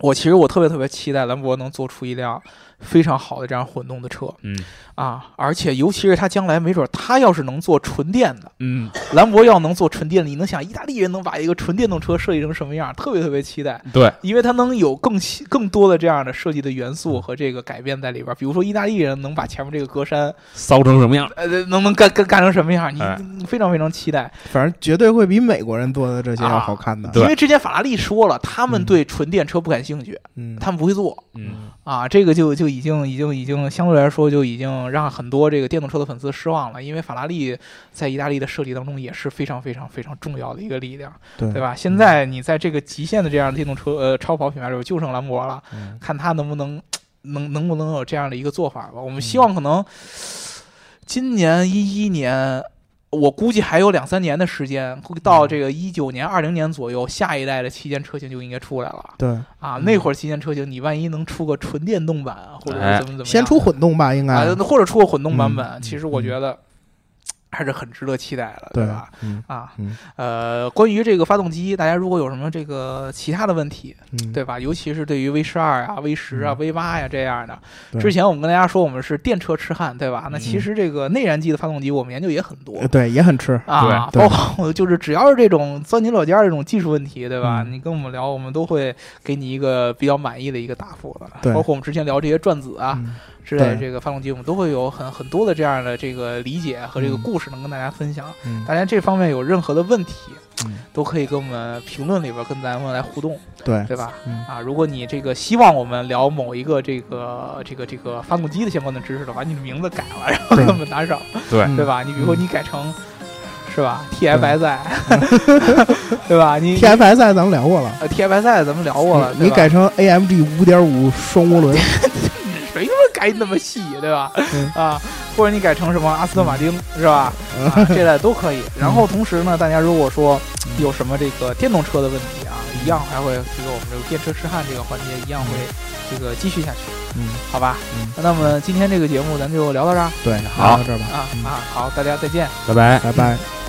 Speaker 3: 我其实我特别特别期待兰博能做出一辆非常好的这样混动的车，
Speaker 4: 嗯
Speaker 3: 啊，而且尤其是它将来没准儿它要是能做纯电的，
Speaker 4: 嗯，
Speaker 3: 兰博要能做纯电的，你能想意大利人能把一个纯电动车设计成什么样儿？特别特别期待。
Speaker 4: 对，
Speaker 3: 因为它能有更细更多的这样的设计的元素
Speaker 4: 嗯
Speaker 3: 和这个改变在里边儿，比如说意大利人能把前面这个格栅，
Speaker 4: 骚成什么样？
Speaker 3: 呃，能能干干干成什么样儿，你
Speaker 4: 哎
Speaker 3: 你非常非常期待。
Speaker 2: 反正绝对会比美国人做的这些要好看的。
Speaker 4: 对
Speaker 3: 因为之前法拉利说了，他们
Speaker 2: 嗯
Speaker 3: 对纯电车不感兴趣，
Speaker 2: 嗯，
Speaker 3: 他们不会做
Speaker 4: 嗯，
Speaker 3: 啊，这个就就已经已经已经相对来说就已经让很多这个电动车的粉丝失望了，因为法拉利在意大利的设计当中也是非常非常非常重要的一个力量，
Speaker 2: 对
Speaker 3: 对？吧？现在你在这个极限的这样的电动车呃超跑品牌里，就剩兰博了。
Speaker 2: 嗯
Speaker 3: 看他能不能能能不能有这样的一个做法吧。我们
Speaker 2: 嗯
Speaker 3: 希望可能今年一一年，我估计还有两三年的时间，会
Speaker 2: 嗯
Speaker 3: 到这个一九年、二零年左右，下一代的旗舰车型就应该出来了
Speaker 2: 对，
Speaker 3: 啊。
Speaker 2: 嗯
Speaker 3: 那会儿旗舰车型，你万一能出个纯电动版，或者
Speaker 4: 哎
Speaker 3: 是怎么怎么样，
Speaker 2: 先出混动吧，应
Speaker 3: 啊
Speaker 2: 该，
Speaker 3: 或者出个混动版本，
Speaker 2: 嗯
Speaker 3: 其实我觉得。还是很值得期待了，
Speaker 2: 对
Speaker 3: 吧？？
Speaker 2: 嗯
Speaker 3: 啊，
Speaker 2: 嗯
Speaker 3: 呃，关于这个发动机，大家如果有什么这个其他的问题，
Speaker 2: 嗯，
Speaker 3: 对吧？尤其是对于 V 十二啊、V 十啊、V 八呀这样的，
Speaker 2: 对
Speaker 3: 之前我们跟大家说我们是电车痴汉，对吧？那
Speaker 4: 嗯
Speaker 3: 其实这个内燃机的发动机我们研究也很多。
Speaker 2: 呃对，也很吃，
Speaker 3: 啊，
Speaker 2: 对对
Speaker 3: 包括就是只要是这种钻牛角尖儿这种技术问题，对吧？
Speaker 2: 嗯
Speaker 3: 你跟我们聊，我们都会给你一个比较满意的一个答复了。
Speaker 2: 对
Speaker 3: 包括我们之前聊这些转子啊
Speaker 2: 嗯
Speaker 3: 之类的
Speaker 2: 对
Speaker 3: 这个发动机，我们都会有很很多的这样的这个理解和这个
Speaker 2: 嗯
Speaker 3: 故事能跟大家分享。
Speaker 2: 嗯
Speaker 3: 大家这方面有任何的问题，
Speaker 2: 嗯
Speaker 3: 都可以跟我们评论里边跟咱们来互动，
Speaker 2: 对，
Speaker 3: 对吧？ (laughs)
Speaker 2: 嗯
Speaker 3: 啊，如果你这个希望我们聊某一个这个这个这个发动机的相关的知识的话，你的名字改了，然后
Speaker 2: 对
Speaker 3: 给我们打赏，
Speaker 4: 对
Speaker 2: 嗯
Speaker 3: 对吧？你比如说你改成是吧 TFSI，对
Speaker 2: 嗯
Speaker 3: (laughs) 吧？你
Speaker 2: ？TFSI 咱们聊过了，
Speaker 3: 呃 TFSI 咱们聊过了，
Speaker 2: 你你
Speaker 3: 对吧
Speaker 2: 改成 AMG 五点五双涡轮，
Speaker 3: 谁他妈改那么细，对吧？
Speaker 2: 嗯
Speaker 3: 啊，或者你改成什么阿斯顿马丁是吧？啊，这类都可以。
Speaker 2: 嗯
Speaker 3: 然后同时呢，大家如果说有什么这个电动车的问题啊，
Speaker 2: 嗯
Speaker 3: 一样还会这个我们这个电车痴汉这个环节一样会这个继续下去，
Speaker 2: 嗯，
Speaker 3: 好吧
Speaker 2: 嗯？
Speaker 3: 那么今天这个节目咱就聊到这儿
Speaker 2: 对，
Speaker 4: 好
Speaker 2: 聊到这儿吧，
Speaker 3: 啊
Speaker 2: 嗯
Speaker 3: 啊，好，大家再见。
Speaker 4: 拜拜。
Speaker 2: 拜拜。
Speaker 3: 拜